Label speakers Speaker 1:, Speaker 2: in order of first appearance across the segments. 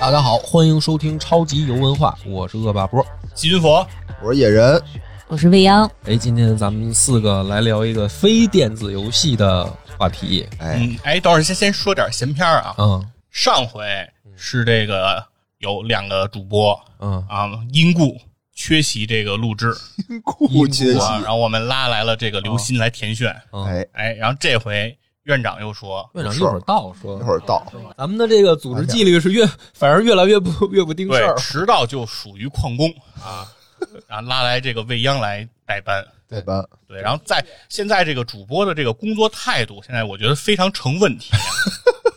Speaker 1: 大家好，欢迎收听超级游文化，我是恶霸波。
Speaker 2: 细菌佛，
Speaker 3: 我是野人，
Speaker 4: 我是未央，
Speaker 1: 哎，今天咱们四个来聊一个非电子游戏的话题。
Speaker 3: 哎，
Speaker 2: 嗯，哎，等会儿先先说点闲篇儿啊。
Speaker 1: 嗯
Speaker 2: 上回是这个有两个主播
Speaker 1: 嗯，
Speaker 2: 啊，因故缺席这个录制，
Speaker 3: 不缺席，
Speaker 2: 啊，然后我们拉来了这个刘鑫来填选。
Speaker 1: 嗯
Speaker 3: 哎，
Speaker 2: 哎，然后这回院长又说，
Speaker 1: 院长一
Speaker 3: 是
Speaker 1: 会儿到说
Speaker 3: 一，会儿到，
Speaker 1: 咱们的这个组织纪律是越， 反正越来越不 越不定事
Speaker 2: 对
Speaker 1: 儿，。
Speaker 2: 迟到就属于旷工啊，然后拉来这个未央来代班。
Speaker 3: 代班，
Speaker 2: 对，然后在现在这个主播的这个工作态度，现在我觉得非常成问题。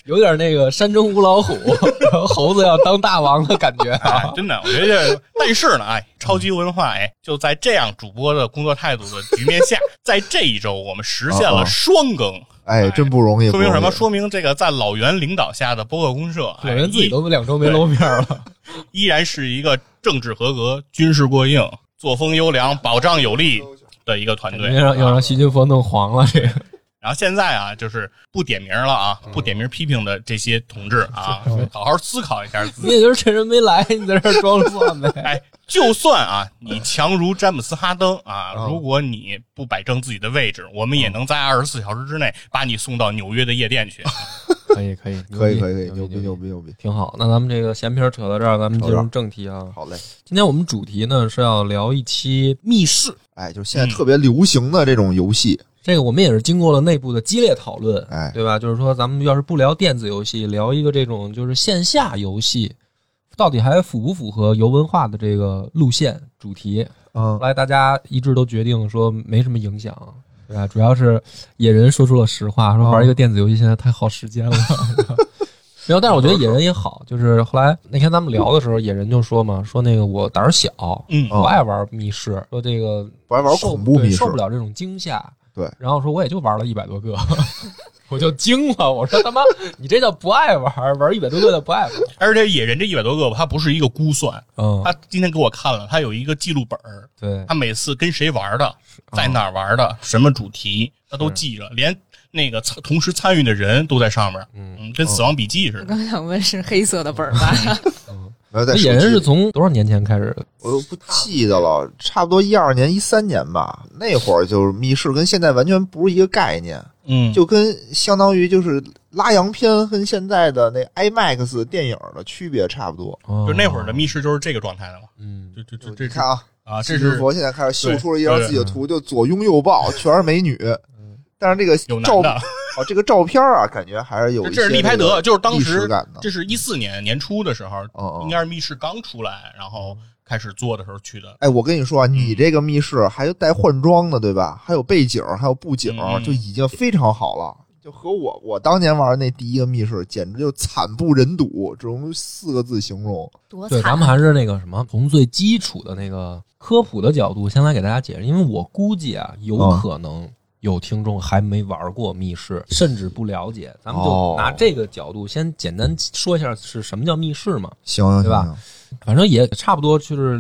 Speaker 1: 有点那个山中无老虎， 然后猴子要当大王的 感觉
Speaker 2: 哎
Speaker 1: 啊，。
Speaker 2: 真的，我觉得，但是呢，哎，超级文化，哎，就在这样主播的工作态度的局面 下，在这一周我们实现
Speaker 3: 啊
Speaker 2: 了
Speaker 3: 啊
Speaker 2: 双更，
Speaker 3: 哎，真不容易，
Speaker 2: 说明什么？
Speaker 3: 不容
Speaker 2: 说明这个在老袁领导下的播客公社，哎
Speaker 1: 老人自己都 两周没露面了，
Speaker 2: 依依然是一个政治合格、军事过硬、作风优良、保障有力的一个 团队。
Speaker 1: 要让要
Speaker 2: 啊
Speaker 1: 让徐金佛弄黄了这个。
Speaker 2: 然后现在啊，就是不点名了啊，不点
Speaker 1: 嗯
Speaker 2: 名批评的这些同志啊，好好思考一下自己
Speaker 1: 你。也就是趁人没来，你在这儿装蒜呗。
Speaker 2: 哎，就算啊，你强如詹姆斯哈登啊，
Speaker 1: 嗯
Speaker 2: 如果你不摆正自己的位置，我们也能在二十四小时之内把你送到纽约的夜店去。
Speaker 1: 可以可以，
Speaker 3: 易可以，可以，可以，牛逼，牛逼，牛逼，
Speaker 1: 挺好，那咱们这个闲篇儿扯到这儿，咱们进
Speaker 3: 扯
Speaker 1: 入
Speaker 3: 到
Speaker 1: 正题啊。
Speaker 3: 好嘞，
Speaker 1: 今天我们主题呢是要聊一期密室，
Speaker 3: 哎，就是现在特别流行的这种游戏，
Speaker 1: 这个我们也是经过了内部的激烈讨论，
Speaker 3: 哎
Speaker 1: 对吧？就是说，咱们要是不聊电子游戏，聊一个这种就是线下游戏，到底还符不符合游文化的这个路线主题？
Speaker 3: 嗯
Speaker 1: 后，来大家一致都决定说没什么影响。对吧？主要是野人说出了实话，说玩一个电子游戏现在太耗时间了。 没有，但是我觉得野人也好，就是后来那天咱们聊的时候，野人就说嘛，说那个我胆儿小，
Speaker 2: 嗯
Speaker 1: 不爱玩密室，说这个
Speaker 3: 不爱玩
Speaker 1: 受
Speaker 3: 恐怖
Speaker 1: 对
Speaker 3: 密室
Speaker 1: 受，不了这种惊吓。
Speaker 3: 对
Speaker 1: 然后说我也就玩了一百多个， 我就惊了，我说他妈，你这叫不爱玩，玩一百多个叫不爱玩。
Speaker 2: 而且野人这一百多个，他不是一个估算，
Speaker 1: 嗯，
Speaker 2: 他今天给我看了，他有一个记录本儿，
Speaker 1: 对
Speaker 2: 他，每次跟谁玩的，在哪儿玩的，什么主题，他都记着，连那个参同时参与的人都在上面，嗯，跟死亡笔记似的。
Speaker 3: 哦
Speaker 4: 我刚想问是黑色的本儿吧？
Speaker 3: 然呃后在
Speaker 1: 那
Speaker 3: 手
Speaker 1: 野人
Speaker 3: 机
Speaker 1: 是
Speaker 3: 里
Speaker 1: 从多少年前开始的？
Speaker 3: 我又不记得了，差不多一二年、一三年吧，那会儿就是密室跟现在完全不是一个概念，
Speaker 2: 嗯，
Speaker 3: 就跟相当于就是拉洋片跟现在的那 IMAX 电影的区别差不多。
Speaker 1: 就
Speaker 2: 就那会儿的，密室就是这个状态的嘛。
Speaker 1: 哦嗯，
Speaker 2: 就就就这
Speaker 3: 你
Speaker 2: 是
Speaker 3: 看啊，
Speaker 2: 啊，这
Speaker 3: 这是
Speaker 2: 是嗯
Speaker 3: 佛现在开始秀出了一张自己的
Speaker 1: 对
Speaker 3: 图，就左拥右抱，全是美女。但是这个
Speaker 2: 有
Speaker 3: 照
Speaker 2: 男的。
Speaker 3: 哦，这个照片啊，感觉还是有
Speaker 2: 这
Speaker 3: 一
Speaker 2: 这
Speaker 3: 些
Speaker 2: 是利拍德，就是当
Speaker 3: 历史
Speaker 2: 时
Speaker 3: 感的。
Speaker 2: 这是一四年年初的时候，
Speaker 3: 哦
Speaker 2: 应该是密室刚出来，然后开始做的时候去的。
Speaker 3: 哎，我跟你说啊，
Speaker 2: 嗯
Speaker 3: 你这个密室还有带换装的，对吧？还有背景，还有布景，
Speaker 2: 嗯
Speaker 3: 就已经非常好了。就和我我当年玩的那第一个密室，简直就惨不忍睹，只能用四个字形容。
Speaker 4: 多
Speaker 1: 对，咱们还是那个什么，从最基础的那个科普的角度，先来给大家解释，因为我估计啊，有
Speaker 3: 嗯
Speaker 1: 可能有听众还没玩过密室，甚至不了解，咱们就
Speaker 3: 哦
Speaker 1: 拿这个角度先简单说一下是什么叫密室嘛。
Speaker 3: 行行
Speaker 1: 对吧？反正也差不多就是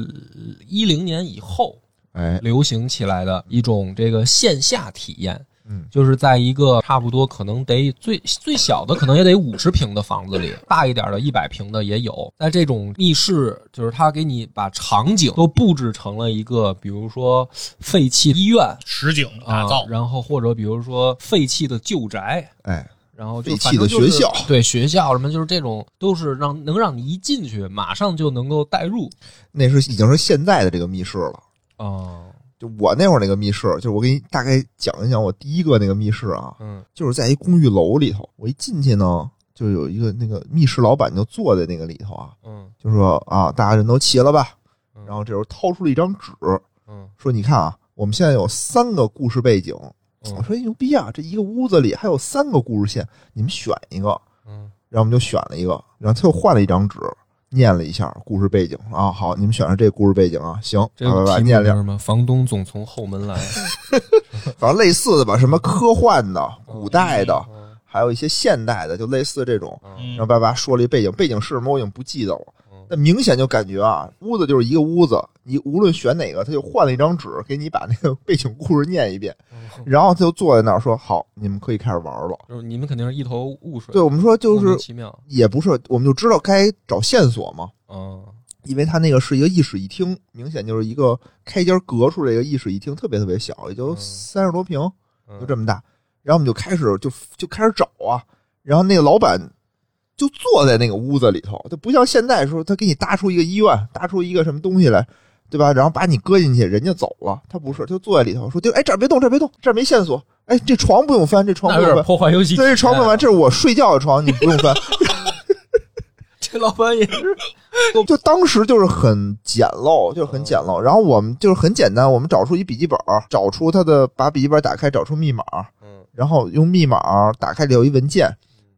Speaker 1: 一零年以后
Speaker 3: 哎，
Speaker 1: 流行起来的一种这个线下体验。
Speaker 3: 嗯
Speaker 1: 就是在一个差不多可能得最最小的可能也得五十平的房子里，大一点的一百平的也有。在这种密室，就是他给你把场景都布置成了一个，比如说废弃医院
Speaker 2: 实景打
Speaker 1: 啊
Speaker 2: 造，，
Speaker 1: 然后或者比如说废弃的旧宅，
Speaker 3: 哎，
Speaker 1: 然后就
Speaker 3: 废弃
Speaker 1: 反正
Speaker 3: 的
Speaker 1: 就是
Speaker 3: 学校
Speaker 1: 对学校什么就是这种都是让能让你一进去马上就能够代入
Speaker 3: 那是已经是现在的这个密室了。
Speaker 1: 啊、
Speaker 3: 就我那会儿那个密室，就是我给你大概讲一讲我第一个那个密室啊，
Speaker 1: 嗯
Speaker 3: 就是在一公寓楼里头，我一进去呢，就有一个那个密室老板就坐在那个里头啊，
Speaker 1: 嗯
Speaker 3: 就说啊，大家人都齐了吧？
Speaker 1: 嗯
Speaker 3: 然后这时候掏出了一张纸，
Speaker 1: 嗯
Speaker 3: 说你看啊，我们现在有三个故事背景。
Speaker 1: 嗯
Speaker 3: 我说牛逼啊，这一个屋子里还有三个故事线，你们选一个。
Speaker 1: 嗯
Speaker 3: 然后我们就选了一个，然后他又换了一张纸，念了一下故事背景啊，好，你们选上这个故事背景啊，行，
Speaker 1: 这
Speaker 3: 拜拜
Speaker 1: 个
Speaker 3: 拜，
Speaker 1: 题目
Speaker 3: 念
Speaker 1: 叫
Speaker 3: 两，
Speaker 1: 什么？房东总从后门来。
Speaker 3: 反正类似的吧，什么科幻的、
Speaker 1: 嗯
Speaker 3: 古代的，还有一些现代的，就类似这种。
Speaker 2: 嗯
Speaker 1: 啊
Speaker 3: 然后爸爸说了一背景，背景是什么我已经不记得了
Speaker 1: 嗯，
Speaker 3: 但明显就感觉啊，屋子就是一个屋子，你无论选哪个，他就换了一张纸给你把那个背景故事念一遍，
Speaker 1: 嗯
Speaker 3: 然后他就坐在那儿说：“好，你们可以开始玩了。
Speaker 1: 就是你们肯定是一头雾”水，
Speaker 3: 对，我们说就
Speaker 1: 莫
Speaker 3: 是
Speaker 1: 名其妙，
Speaker 3: 也不是，我们就知道该找线索嘛，
Speaker 1: 嗯，
Speaker 3: 因为他那个是一个一室一厅，明显就是一个开间隔出来一个一室一厅，特别特别小，也
Speaker 1: 嗯
Speaker 3: 就三十多平，就这
Speaker 1: 么
Speaker 3: 么大。然后我们就开始就就开始找啊，然后那个老板就坐在那个屋子里头，他不像现在说他给你搭出一个医院，搭出一个什么东西来，对吧？然后把你搁进去，人家走了，他不是，就坐在里头说：“对，哎，这儿别动，这儿别动，这儿没线索，哎，这床不用翻，这床
Speaker 1: 那
Speaker 3: 不
Speaker 1: 有
Speaker 3: 用
Speaker 1: 点
Speaker 3: 翻，
Speaker 1: 破坏游戏体
Speaker 3: 对，
Speaker 1: 验啊，
Speaker 3: 这床不用翻，这是我睡觉的床，你不用翻。”
Speaker 1: 这老板也是，
Speaker 3: 就当时就是很简陋，就是很简陋。然后我们就是很简单，我们找出一笔记本，找出它的，把笔记本打开，找出密码，
Speaker 1: 嗯
Speaker 3: 然后用密码打开里有一文件，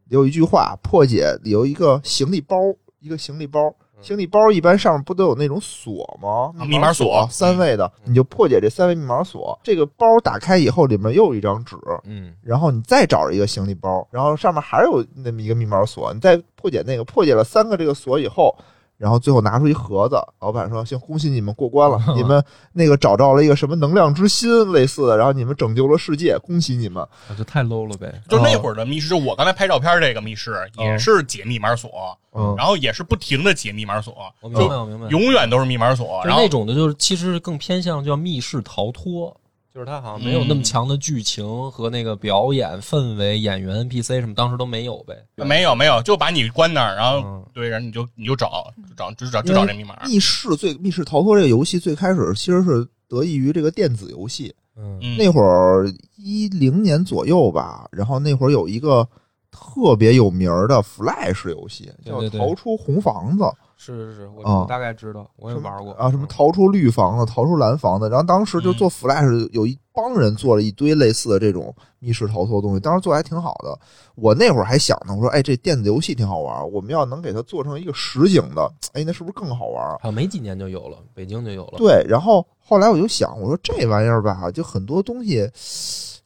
Speaker 3: 里有一句话，破解里有一个行李包，一个行李包。行李包一般上面不都有那种锁吗？
Speaker 2: 啊
Speaker 3: 密码
Speaker 2: 密码锁
Speaker 3: 三位的，你就破解这三位密码锁。这个包打开以后，里面又有一张纸，
Speaker 1: 嗯
Speaker 3: 然后你再找一个行李包，然后上面还有那么一个密码锁，你再破解那个，破解了三个这个锁以后，然后最后拿出一盒子，老板说：“行，恭喜你们过 关了，你们那个找到了一个什么能量之心类似的，然后你们拯救了世界，恭喜你们。
Speaker 1: 啊，就太 low 了呗，
Speaker 2: 就那会儿的密室，就我刚才拍照片这个密
Speaker 3: 哦
Speaker 2: 室也是解密码锁，
Speaker 1: 嗯，
Speaker 2: 然后也是不停的解密码锁，
Speaker 1: 我明白，
Speaker 2: 就
Speaker 1: 我明白，
Speaker 2: 永远都是密码锁，
Speaker 1: 就是
Speaker 2: 然
Speaker 1: 那
Speaker 2: 后
Speaker 1: 种的，就是其实更偏向叫密室逃脱，就是它好像没有那么强的剧情和那个表演氛围、演员 NPC 什么，当时都没有呗。
Speaker 2: 呃没有没有，就把你关那儿，然后
Speaker 1: 嗯，
Speaker 2: 对，然后你就你就找就找就找就找这密码，
Speaker 1: 啊
Speaker 3: 密室最密室逃脱这个游戏最开始其实是得益于这个电子游戏，
Speaker 1: 嗯
Speaker 2: 嗯，
Speaker 3: 那会儿一零年左右吧，然后那会儿有一个特别有名儿的 Flash 游戏，叫
Speaker 1: 对对
Speaker 3: 《
Speaker 1: 对
Speaker 3: 逃出红房子》。
Speaker 1: 是是是，我
Speaker 3: 啊
Speaker 1: 我大概知道，我也
Speaker 3: 什么
Speaker 1: 玩过嗯
Speaker 3: 啊，什么逃出绿房子、逃出蓝房子，然后当时就做 Flash，有一帮人做了一堆类似的这种密室逃脱的东西，当时做的还挺好的。我那会儿还想呢，我说，哎，这电子游戏挺好玩，我们要能给它做成一个实景的，哎，那是不是更好玩？
Speaker 1: 好像没几年就有了，北京就有了。
Speaker 3: 对，然后后来我就想，我说这玩意儿吧，就很多东西，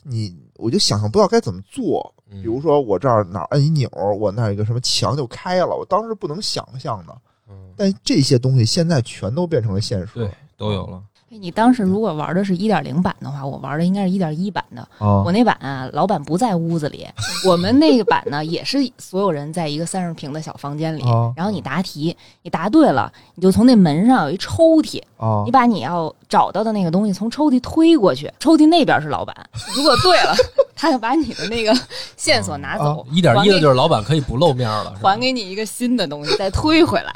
Speaker 3: 你我就想象不到该怎么做。
Speaker 1: 嗯，
Speaker 3: 比如说我这儿哪儿摁一钮，我那儿有一个什么墙就开了，我当时不能想象的。
Speaker 1: 嗯，
Speaker 3: 但这些东西现在全都变成了现实
Speaker 1: 对，都有了。
Speaker 4: 你当时如果玩的是一点零版的话，我玩的应该是一点一版的。
Speaker 3: 啊
Speaker 4: 我那版啊，老板不在屋子 里，我们那个版呢，也是所有人在一个三十平的小房间里。
Speaker 3: 啊
Speaker 4: 然后你答题，你答对了，你就从那门上有一抽屉，
Speaker 3: 啊
Speaker 4: 你把你要找到的那个东西从抽屉推过去，抽屉那边是老板。如果对 了，他就把你的那个线索拿走，
Speaker 1: 一点
Speaker 4: 还
Speaker 1: 一
Speaker 4: 给
Speaker 1: 的就是老板可以不露面了，是吧
Speaker 4: 还给你一个新的东西，再推回来，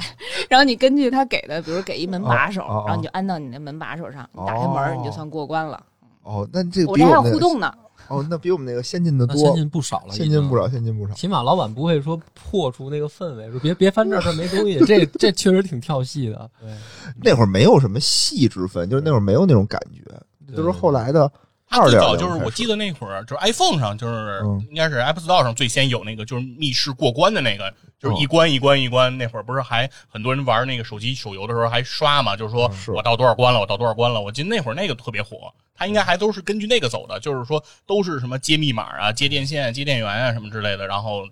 Speaker 4: 然后你根据他给的，比如给一门把手，
Speaker 3: 哦哦哦
Speaker 4: 然后你就安到你那门把手上，你打开门儿
Speaker 3: 哦
Speaker 4: 你就算过关了。
Speaker 3: 哦，那这
Speaker 4: 我
Speaker 3: 比
Speaker 4: 这
Speaker 3: 我
Speaker 4: 还有
Speaker 3: 们那
Speaker 4: 互
Speaker 3: 个
Speaker 4: 动 呢，
Speaker 3: 哦，那比我们那个先进的
Speaker 1: 那啊先
Speaker 3: 多，
Speaker 1: 进不少了，
Speaker 3: 先进不
Speaker 1: 少。
Speaker 3: 少，先进不少。
Speaker 1: 起码老板不会说破除那个氛围，说别别翻这儿，这儿没东西。这这确实挺跳戏的。
Speaker 3: 那会儿没有什么细之分，就是那会儿没有那种感觉， 这都是后来的
Speaker 2: 它
Speaker 3: 二
Speaker 2: 最
Speaker 3: 点
Speaker 2: 早就是我记得那会儿，就是 iPhone 上，就是、
Speaker 3: 嗯
Speaker 2: 应该是 App Store 上最先有那个就是密室过关的那个，
Speaker 1: 嗯
Speaker 2: 就是一关一关一关。那会儿不是还很多人玩那个手机手游的时候还刷嘛，就是说
Speaker 3: 是
Speaker 2: 我到多少关了，我到多少关了。我记得那会儿那个特别火，它应该还都是根据那个走的，就是说都是什么接密码啊、接电线、接电源啊什么之类的，然后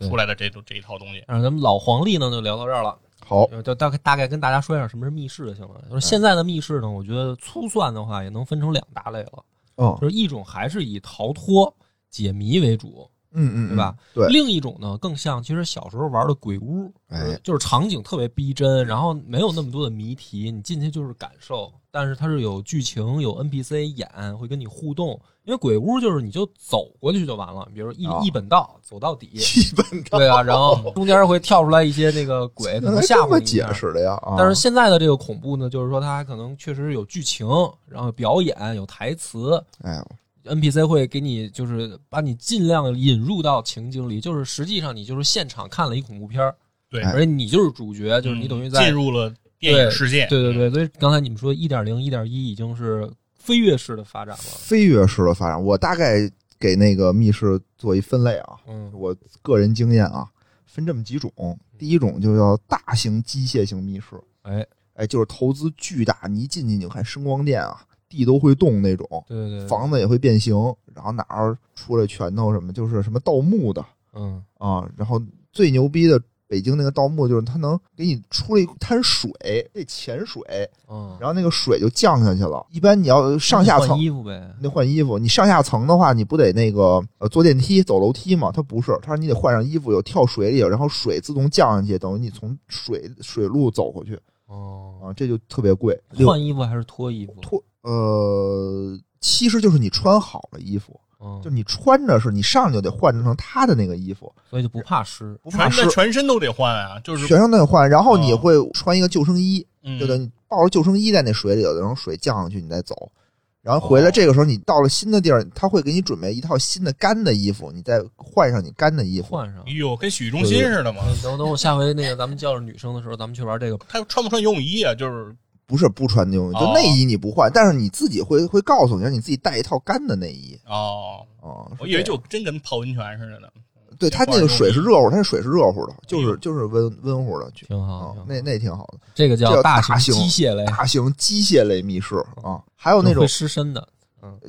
Speaker 2: 出来的这这一套东西。
Speaker 1: 但是咱们老黄历呢，就聊到这儿了。
Speaker 3: 好，
Speaker 1: 呃，就大概大概跟大家说一下什么是密室就行了。
Speaker 3: 嗯
Speaker 1: 就是现在的密室呢，我觉得粗算的话也能分成两大类了，
Speaker 3: 嗯
Speaker 1: 就是一种还是以逃脱解谜为主，
Speaker 3: 嗯嗯，
Speaker 1: 对吧？
Speaker 3: 嗯？对，
Speaker 1: 另一种呢，更像其实小时候玩的鬼屋，
Speaker 3: 哎，
Speaker 1: 就是场景特别逼真，然后没有那么多的谜题，你进去就是感受，但是它是有剧情、有 NPC 演，会跟你互动。因为鬼屋就是你就走过去就完了，比如一、
Speaker 3: 啊，
Speaker 1: 一本道走到底
Speaker 3: 基本
Speaker 1: 对啊，然后中间会跳出来一些那个 鬼，可
Speaker 3: 原来
Speaker 1: 能吓
Speaker 3: 这
Speaker 1: 唬
Speaker 3: 么
Speaker 1: 你一
Speaker 3: 解
Speaker 1: 下。
Speaker 3: 释的呀。啊
Speaker 1: 但是现在的这个恐怖呢，就是说它可能确实有剧情，然后表演有台词
Speaker 3: 哎呦，
Speaker 1: ，NPC 会给你就是把你尽量引入到情景里，就是实际上你就是现场看了一恐怖片儿，
Speaker 2: 对
Speaker 3: 哎
Speaker 1: 而且你就是主角，就是你
Speaker 2: 嗯
Speaker 1: 等于在
Speaker 2: 进入了电影世界。嗯
Speaker 1: 对对对，所以刚才你们说一点零、一点一已经是飞跃式的发展了，
Speaker 3: 啊飞跃式的发展，我大概给那个密室做一分类啊，
Speaker 1: 嗯
Speaker 3: 我个人经验啊，分这么几种。第一种就叫大型机械型密室，
Speaker 1: 哎，
Speaker 3: 哎，就是投资巨大，你一进去你就看声光电啊，地都会动那种。
Speaker 1: 对对对，
Speaker 3: 房子也会变形，然后哪儿出来拳头什么，就是什么盗墓的
Speaker 1: 嗯
Speaker 3: 啊。然后最牛逼的北京那个盗墓，就是它能给你出了一滩水，这潜水，
Speaker 1: 嗯，
Speaker 3: 然后那个水就降下去了。一般你要上下
Speaker 1: 换
Speaker 3: 层，
Speaker 1: 衣服呗，
Speaker 3: 你得换衣服。你上下层的话，你不得那个呃坐电梯、走楼梯吗？它不是，它说你得换上衣服，有跳水里，然后水自动降下去，等于你从水水路走回去
Speaker 1: 哦，
Speaker 3: 啊，这就特别贵。六
Speaker 1: 换衣服还是脱衣服？
Speaker 3: 脱呃，其实就是你穿好了衣服，
Speaker 1: 嗯
Speaker 3: 就，你穿着是你上去就得换成他的那个衣服，
Speaker 1: 所以就不怕湿。
Speaker 3: 不怕
Speaker 2: 全
Speaker 3: 湿
Speaker 2: 那。全身都得换啊，就是
Speaker 3: 全身都得换，然后你
Speaker 2: 哦
Speaker 3: 会穿一个救生衣，
Speaker 2: 嗯
Speaker 3: 对的，你抱着救生衣在那水里，有的时候水降上去，你再走。然后回
Speaker 2: 哦
Speaker 3: 来，这个时候你到了新的地儿，他会给你准备一套新的干的衣服，你再换上你干的衣服。
Speaker 1: 换上
Speaker 2: 哎，呦，跟洗浴中心似的嘛。
Speaker 1: 等等我下回那个咱们叫上女生的时候，咱们去玩这个。
Speaker 2: 他穿不穿游泳衣啊？就是
Speaker 3: 不是不穿那种，就
Speaker 2: 哦
Speaker 3: 内衣你不换，但是你自己会会告诉你，让你自己带一套干的内衣
Speaker 2: 哦，
Speaker 3: 啊。
Speaker 2: 我
Speaker 3: 是
Speaker 2: 以为
Speaker 3: 这
Speaker 2: 就
Speaker 3: 样
Speaker 2: 真跟泡温泉似的呢。
Speaker 3: 对它那个水是热乎，它是水是热乎的，
Speaker 2: 哎
Speaker 3: 就是就是温温乎的，
Speaker 1: 挺好
Speaker 2: 哦
Speaker 3: 啊，，
Speaker 1: 挺好
Speaker 3: 那那挺好的。
Speaker 1: 这个
Speaker 3: 这
Speaker 1: 叫
Speaker 3: 叫
Speaker 1: 大
Speaker 3: 大
Speaker 1: 型
Speaker 3: 型
Speaker 1: 机械
Speaker 2: 哎
Speaker 1: 类，
Speaker 3: 大型机械类密室啊，还有那
Speaker 1: 就
Speaker 3: 种
Speaker 1: 会湿身的，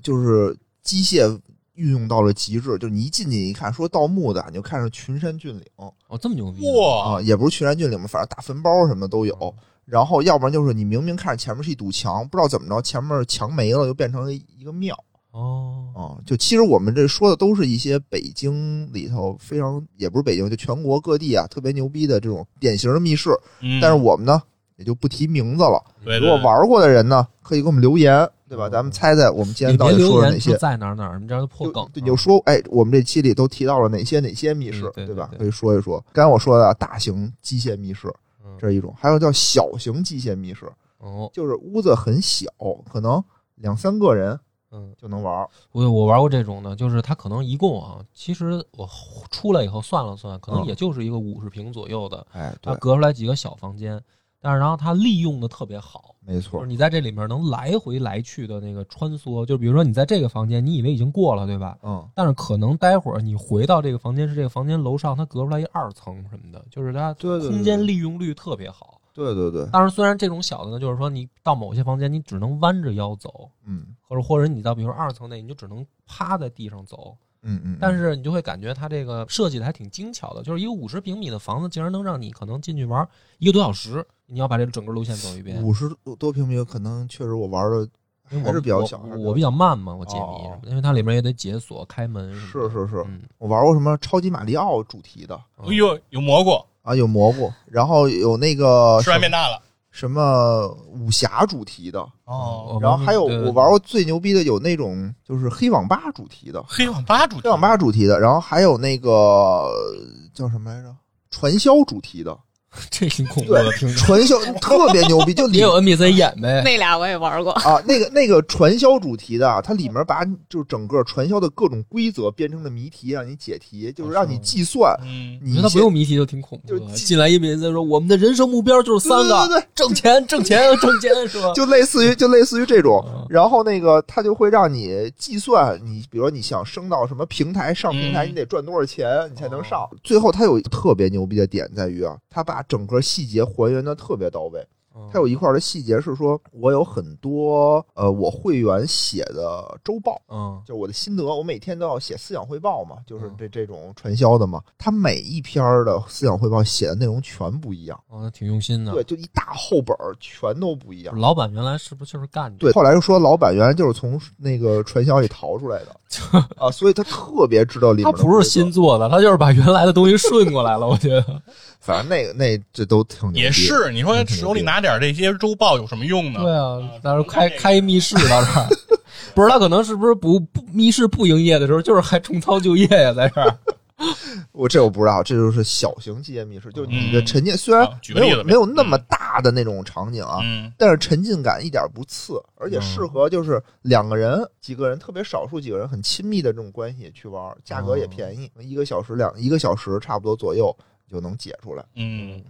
Speaker 3: 就是机械运用到了极致，就是你一进去一看，说盗墓的，你就看上群山峻岭
Speaker 1: 哦，这么牛逼！，
Speaker 3: 啊，
Speaker 2: 哇，
Speaker 3: 也不是群山峻岭吧，反正大坟包什么都有
Speaker 1: 嗯。
Speaker 3: 然后要不然就是你明明看着前面是一堵墙，不知道怎么着，前面墙没了，又变成了一个庙
Speaker 1: 哦，
Speaker 3: 啊。就其实我们这说的都是一些北京里头非常，也不是北京，就全国各地啊特别牛逼的这种典型的密室。
Speaker 2: 嗯
Speaker 3: 但是我们呢，也就不提名字了。
Speaker 2: 对
Speaker 3: 如果
Speaker 2: 对
Speaker 3: 玩过的人呢，可以给我们留言，对吧？
Speaker 1: 嗯
Speaker 3: 咱们猜猜我们今天
Speaker 1: 你
Speaker 3: 到
Speaker 1: 别
Speaker 3: 底说
Speaker 1: 留
Speaker 3: 了哪
Speaker 1: 言
Speaker 3: 些
Speaker 1: 说？在哪儿哪儿，你这样就破梗啊
Speaker 3: 就。对，你就说，哎，我们这期里都提到了哪些哪些密室，
Speaker 1: 嗯对对
Speaker 3: 吧
Speaker 1: 对？
Speaker 3: 可以说一说。刚才我说的大型机械密室，
Speaker 1: 嗯
Speaker 3: 这是一种，还有叫小型机械密室，
Speaker 1: 哦，
Speaker 3: 就是屋子很小，可能两三个人
Speaker 1: 嗯，
Speaker 3: 就能玩儿。
Speaker 1: 我我玩过这种的，就是它可能一共啊，其实我出来以后算了算，可能
Speaker 3: 嗯
Speaker 1: 也就是一个五十平左右的，
Speaker 3: 哎，
Speaker 1: 它
Speaker 3: 对，
Speaker 1: 隔出来几个小房间，但是然后它利用的特别好，
Speaker 3: 没
Speaker 1: 就是
Speaker 3: 错，
Speaker 1: 你在这里面能来回来去的那个穿梭，就比如说你在这个房间，你以为已经过了，对吧？
Speaker 3: 嗯，
Speaker 1: 但是可能待会儿你回到这个房间是这个房间楼上，它隔出来一二层什么的，就是它
Speaker 3: 对对对
Speaker 1: 空间利用率特别好。
Speaker 3: 对对对，
Speaker 1: 当然，虽然这种小的呢，就是说你到某些房间你只能弯着腰走，
Speaker 3: 嗯
Speaker 1: 或者或者你到比如说二层内你就只能趴在地上走，
Speaker 3: 嗯嗯，
Speaker 1: 但
Speaker 3: 嗯
Speaker 1: 是你就会感觉它这个设计的还挺精巧的，就是一个五十平米的房子竟然能让你可能进去玩一个多小时，你要把这整个路线走一遍。
Speaker 3: 五十多平米，可能确实我玩的
Speaker 1: 因为
Speaker 3: 还
Speaker 1: 我
Speaker 3: 是比较小，还
Speaker 1: 我
Speaker 3: 是
Speaker 1: 我比较慢嘛，我解谜什
Speaker 3: 哦
Speaker 1: 么的，因为它里面也得解锁、开门什么
Speaker 3: 是
Speaker 1: 的。
Speaker 3: 是是，
Speaker 1: 嗯，
Speaker 3: 我玩过什么超级马里奥主题的
Speaker 2: 哎呦，有蘑菇，
Speaker 3: 啊，有蘑菇，然后有那个
Speaker 2: 吃
Speaker 3: 什
Speaker 2: 完
Speaker 3: 么
Speaker 2: 变大了。
Speaker 3: 什么武侠主题的。
Speaker 2: 哦，
Speaker 1: 我们
Speaker 3: 然后还有
Speaker 1: 对
Speaker 3: 我玩过最牛逼的有那种就是黑网吧主题的，
Speaker 2: 黑网吧主题
Speaker 3: 黑网吧主题的，然后还有那个呃叫什么来着？传销主题的，
Speaker 1: 这挺恐怖的，听着
Speaker 3: 传销特别牛逼，就里
Speaker 1: 也有 NPC 演呗。
Speaker 4: 那俩我也玩过，
Speaker 3: 啊那个那个传销主题的啊，它里面把就是整个传销的各种规则变成了谜题，让你解题，就是
Speaker 1: 哦
Speaker 3: 让你计算
Speaker 2: 嗯，
Speaker 1: 你
Speaker 3: 你
Speaker 1: 说他不
Speaker 3: 先
Speaker 1: 用谜题就挺恐怖
Speaker 3: 就
Speaker 1: 的，
Speaker 3: 是
Speaker 1: 进来一 NPC 说我们的人生目标就是三个，
Speaker 3: 对对对对
Speaker 1: 挣钱、挣钱、挣钱，是 吧？
Speaker 3: 就类似于就类似于这种
Speaker 1: 嗯，
Speaker 3: 然后那个它就会让你计算你，比如说你想升到什么平台，上平台
Speaker 2: 嗯
Speaker 3: 你得赚多少钱，你才能上。
Speaker 1: 哦
Speaker 3: 最后它有一个特别牛逼的点在于啊，它把整个细节还原的特别到位。
Speaker 1: 嗯
Speaker 3: 它有一块的细节是说，我有很多呃我会员写的周报。
Speaker 1: 嗯
Speaker 3: 就是我的心得，我每天都要写思想汇报嘛，就是
Speaker 1: 嗯
Speaker 3: 这这种传销的嘛，它每一篇儿的思想汇报写的内容全不一样，
Speaker 1: 哦，那挺用心的。
Speaker 3: 对，就一大厚本儿全都不一样。
Speaker 1: 老板原来是不是就是干这
Speaker 3: 对，后来又说老板原来就是从那个传销里逃出来的啊，所以他特别知道里面
Speaker 1: 他
Speaker 3: 的
Speaker 1: 不
Speaker 3: 规
Speaker 1: 是
Speaker 3: 则
Speaker 1: 新，做的，他就是把原来的东西顺过来了。我觉 得，
Speaker 3: 反正那个那这都挺牛逼的
Speaker 2: 也是，你说
Speaker 3: 挺牛
Speaker 2: 手里
Speaker 3: 逼
Speaker 2: 拿点这些周报有什么用呢？
Speaker 1: 对啊，到时候开
Speaker 2: 这个
Speaker 1: 开密室到这儿， 不是他可能是不是不不密室不营业的时候，就是还重操旧业呀，在这儿。
Speaker 3: 我这我不知道，这就是小型机械密室，就是你的沉浸虽然
Speaker 2: 好嗯啊举个
Speaker 3: 没
Speaker 2: 例
Speaker 3: 有
Speaker 2: 子呗
Speaker 3: 没有那么大的那种场景啊，
Speaker 2: 嗯，
Speaker 3: 但是沉浸感一点不次，而且
Speaker 1: 嗯
Speaker 3: 适合就是两个人、几个人，特别少数几个人很亲密的这种关系去玩，价格也
Speaker 1: 哦
Speaker 3: 便宜，一个小时两一个小时差不多左右就能解出来，
Speaker 2: 嗯，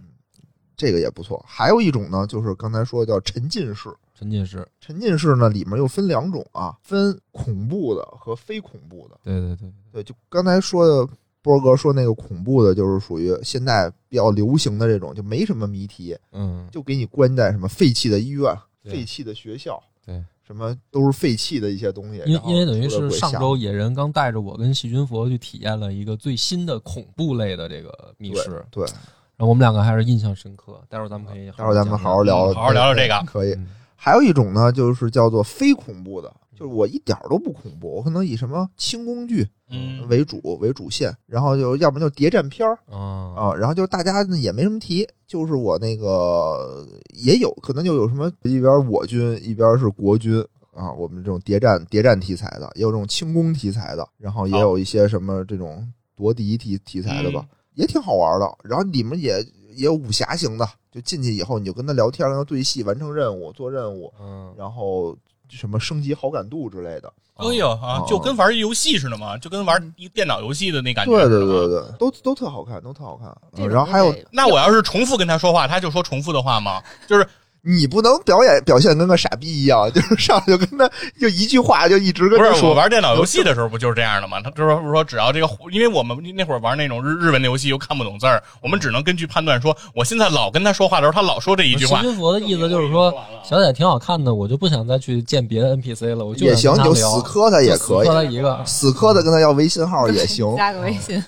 Speaker 3: 这个也不错。还有一种呢，就是刚才说的叫沉浸式。
Speaker 1: 沉浸式，
Speaker 3: 沉浸式呢，里面又分两种啊，分恐怖的和非恐怖的。
Speaker 1: 对对对，
Speaker 3: 对，就刚才说的，波哥说那个恐怖的，就是属于现在比较流行的这种，就没什么谜题，
Speaker 1: 嗯，
Speaker 3: 就给你关在什么废弃的医院、
Speaker 1: 对
Speaker 3: 废弃的学校，
Speaker 1: 对，
Speaker 3: 什么都是废弃的一些东西。
Speaker 1: 因
Speaker 3: 然后
Speaker 1: 因为等于
Speaker 3: 出了
Speaker 1: 是
Speaker 3: 鬼
Speaker 1: 上
Speaker 3: 吓
Speaker 1: 周野人刚带着我跟细菌佛去体验了一个最新的恐怖类的这个密
Speaker 3: 对
Speaker 1: 室，
Speaker 3: 对，
Speaker 1: 然后我们两个还是印象深刻。待会儿咱们可以好好
Speaker 3: 待会儿咱们
Speaker 1: 讲
Speaker 3: 好好聊聊，
Speaker 2: 嗯好好聊聊这个
Speaker 3: 可以。
Speaker 1: 嗯
Speaker 3: 还有一种呢，就是叫做非恐怖的，就是我一点儿都不恐怖，我可能以什么轻工具
Speaker 2: 嗯，
Speaker 3: 为主为主线，然后就要不然就谍战片儿
Speaker 1: 啊
Speaker 3: 啊，然后就大家呢也没什么提，就是我那个也有可能就有什么一边我军一边是国军啊，我们这种谍战谍战题材的，也有这种轻功题材的，然后也有一些什么这种夺嫡题题材的吧，也挺好玩的。然后里面也也有武侠型的，就进去以后你就跟他聊天，跟他对戏，完成任务，做任务，
Speaker 1: 嗯，
Speaker 3: 然后什么升级好感度之类的。
Speaker 2: 哎呦啊
Speaker 3: 哦，嗯
Speaker 2: 就跟玩游戏似的嘛，就跟玩一电脑游戏的那感觉。
Speaker 3: 对对对。对，都都特好看，都特好看。
Speaker 4: 这种
Speaker 3: 嗯然后还有
Speaker 4: 就得
Speaker 2: 那我要是重复跟他说话，他就说重复的话吗？就是
Speaker 3: 你不能表演表现跟个傻逼一样， 就是上来就跟他就一句话就一直
Speaker 2: 不
Speaker 3: 跟他
Speaker 2: 是我
Speaker 3: 说。
Speaker 2: 玩电脑游戏的时候不就是这样的吗？他就是说，只要这个，因为我们那会儿玩那种日日文的游戏又看不懂字儿，我们只能根据判断说，我现在老跟他说话的时候，他老说这一句话
Speaker 1: 石。金佛的意思就是说，小姐挺好看的，我就不想再去见别的 NPC 了，我就
Speaker 3: 也行
Speaker 1: 想，跟她
Speaker 3: 就
Speaker 1: 聊
Speaker 3: 死磕他也
Speaker 1: 就死
Speaker 3: 可以
Speaker 1: 磕，她一个，
Speaker 3: 死磕的跟他要微信号也行， 哦
Speaker 4: 加个微信，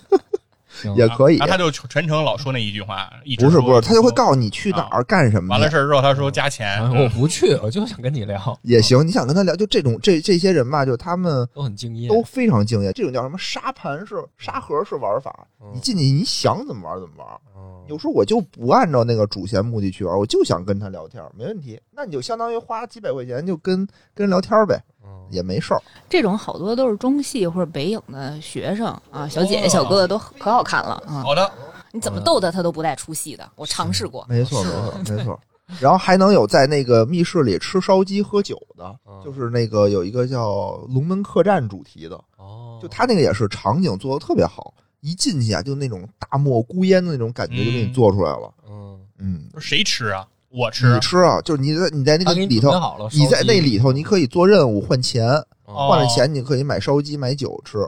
Speaker 1: 行
Speaker 3: 也可以
Speaker 2: 嗯啊然。后他就全程老说那一句话，一直
Speaker 3: 不是
Speaker 2: 说啊
Speaker 3: 不是，他就会告诉你哎去哪儿干什么
Speaker 2: 完了事儿之后，他说加钱嗯
Speaker 1: 然，后哎我不去，我就想跟你聊，
Speaker 3: 也行。你想跟他聊，就这种这这些人吧，就他们
Speaker 1: 都很敬业，
Speaker 3: 都非常敬业。这种叫什么沙盘式、沙盒式玩法，你进去你想怎么玩怎么玩。
Speaker 1: 嗯
Speaker 3: 有时候我就不按照那个主线目的去玩，我就想跟他聊天，没问题。那你就相当于花几百块钱就跟跟人聊天呗，
Speaker 1: 嗯
Speaker 3: 也没事儿。
Speaker 4: 这种好多都是中戏或者北影的学生啊，小姐姐、
Speaker 2: 哦
Speaker 4: 小哥哥都可好看了啊！
Speaker 3: 哦
Speaker 2: 好的，
Speaker 4: 你怎么逗他，他都不带出戏的。我尝试过，
Speaker 3: 没错，没错， 没错。然后还能有在那个密室里吃烧鸡喝酒的，
Speaker 1: 嗯
Speaker 3: 就是那个有一个叫《龙门客栈》主题的，
Speaker 1: 哦，
Speaker 3: 就他那个也是场景做的特别好，一进去啊，就那种大漠孤烟的那种感觉就给你
Speaker 2: 嗯
Speaker 3: 做出来了。
Speaker 1: 嗯，
Speaker 3: 嗯，
Speaker 2: 谁吃啊？我吃
Speaker 3: 你，吃啊，就是你在你在那
Speaker 1: 他
Speaker 3: 个
Speaker 1: 给你
Speaker 3: 里
Speaker 1: 准备
Speaker 3: 头，
Speaker 1: 好了，
Speaker 3: 你
Speaker 1: 烧
Speaker 3: 在
Speaker 1: 鸡
Speaker 3: 那里头，你可以做任务换钱，
Speaker 2: 哦
Speaker 1: 哦，
Speaker 3: 换了钱你可以买烧鸡买酒吃。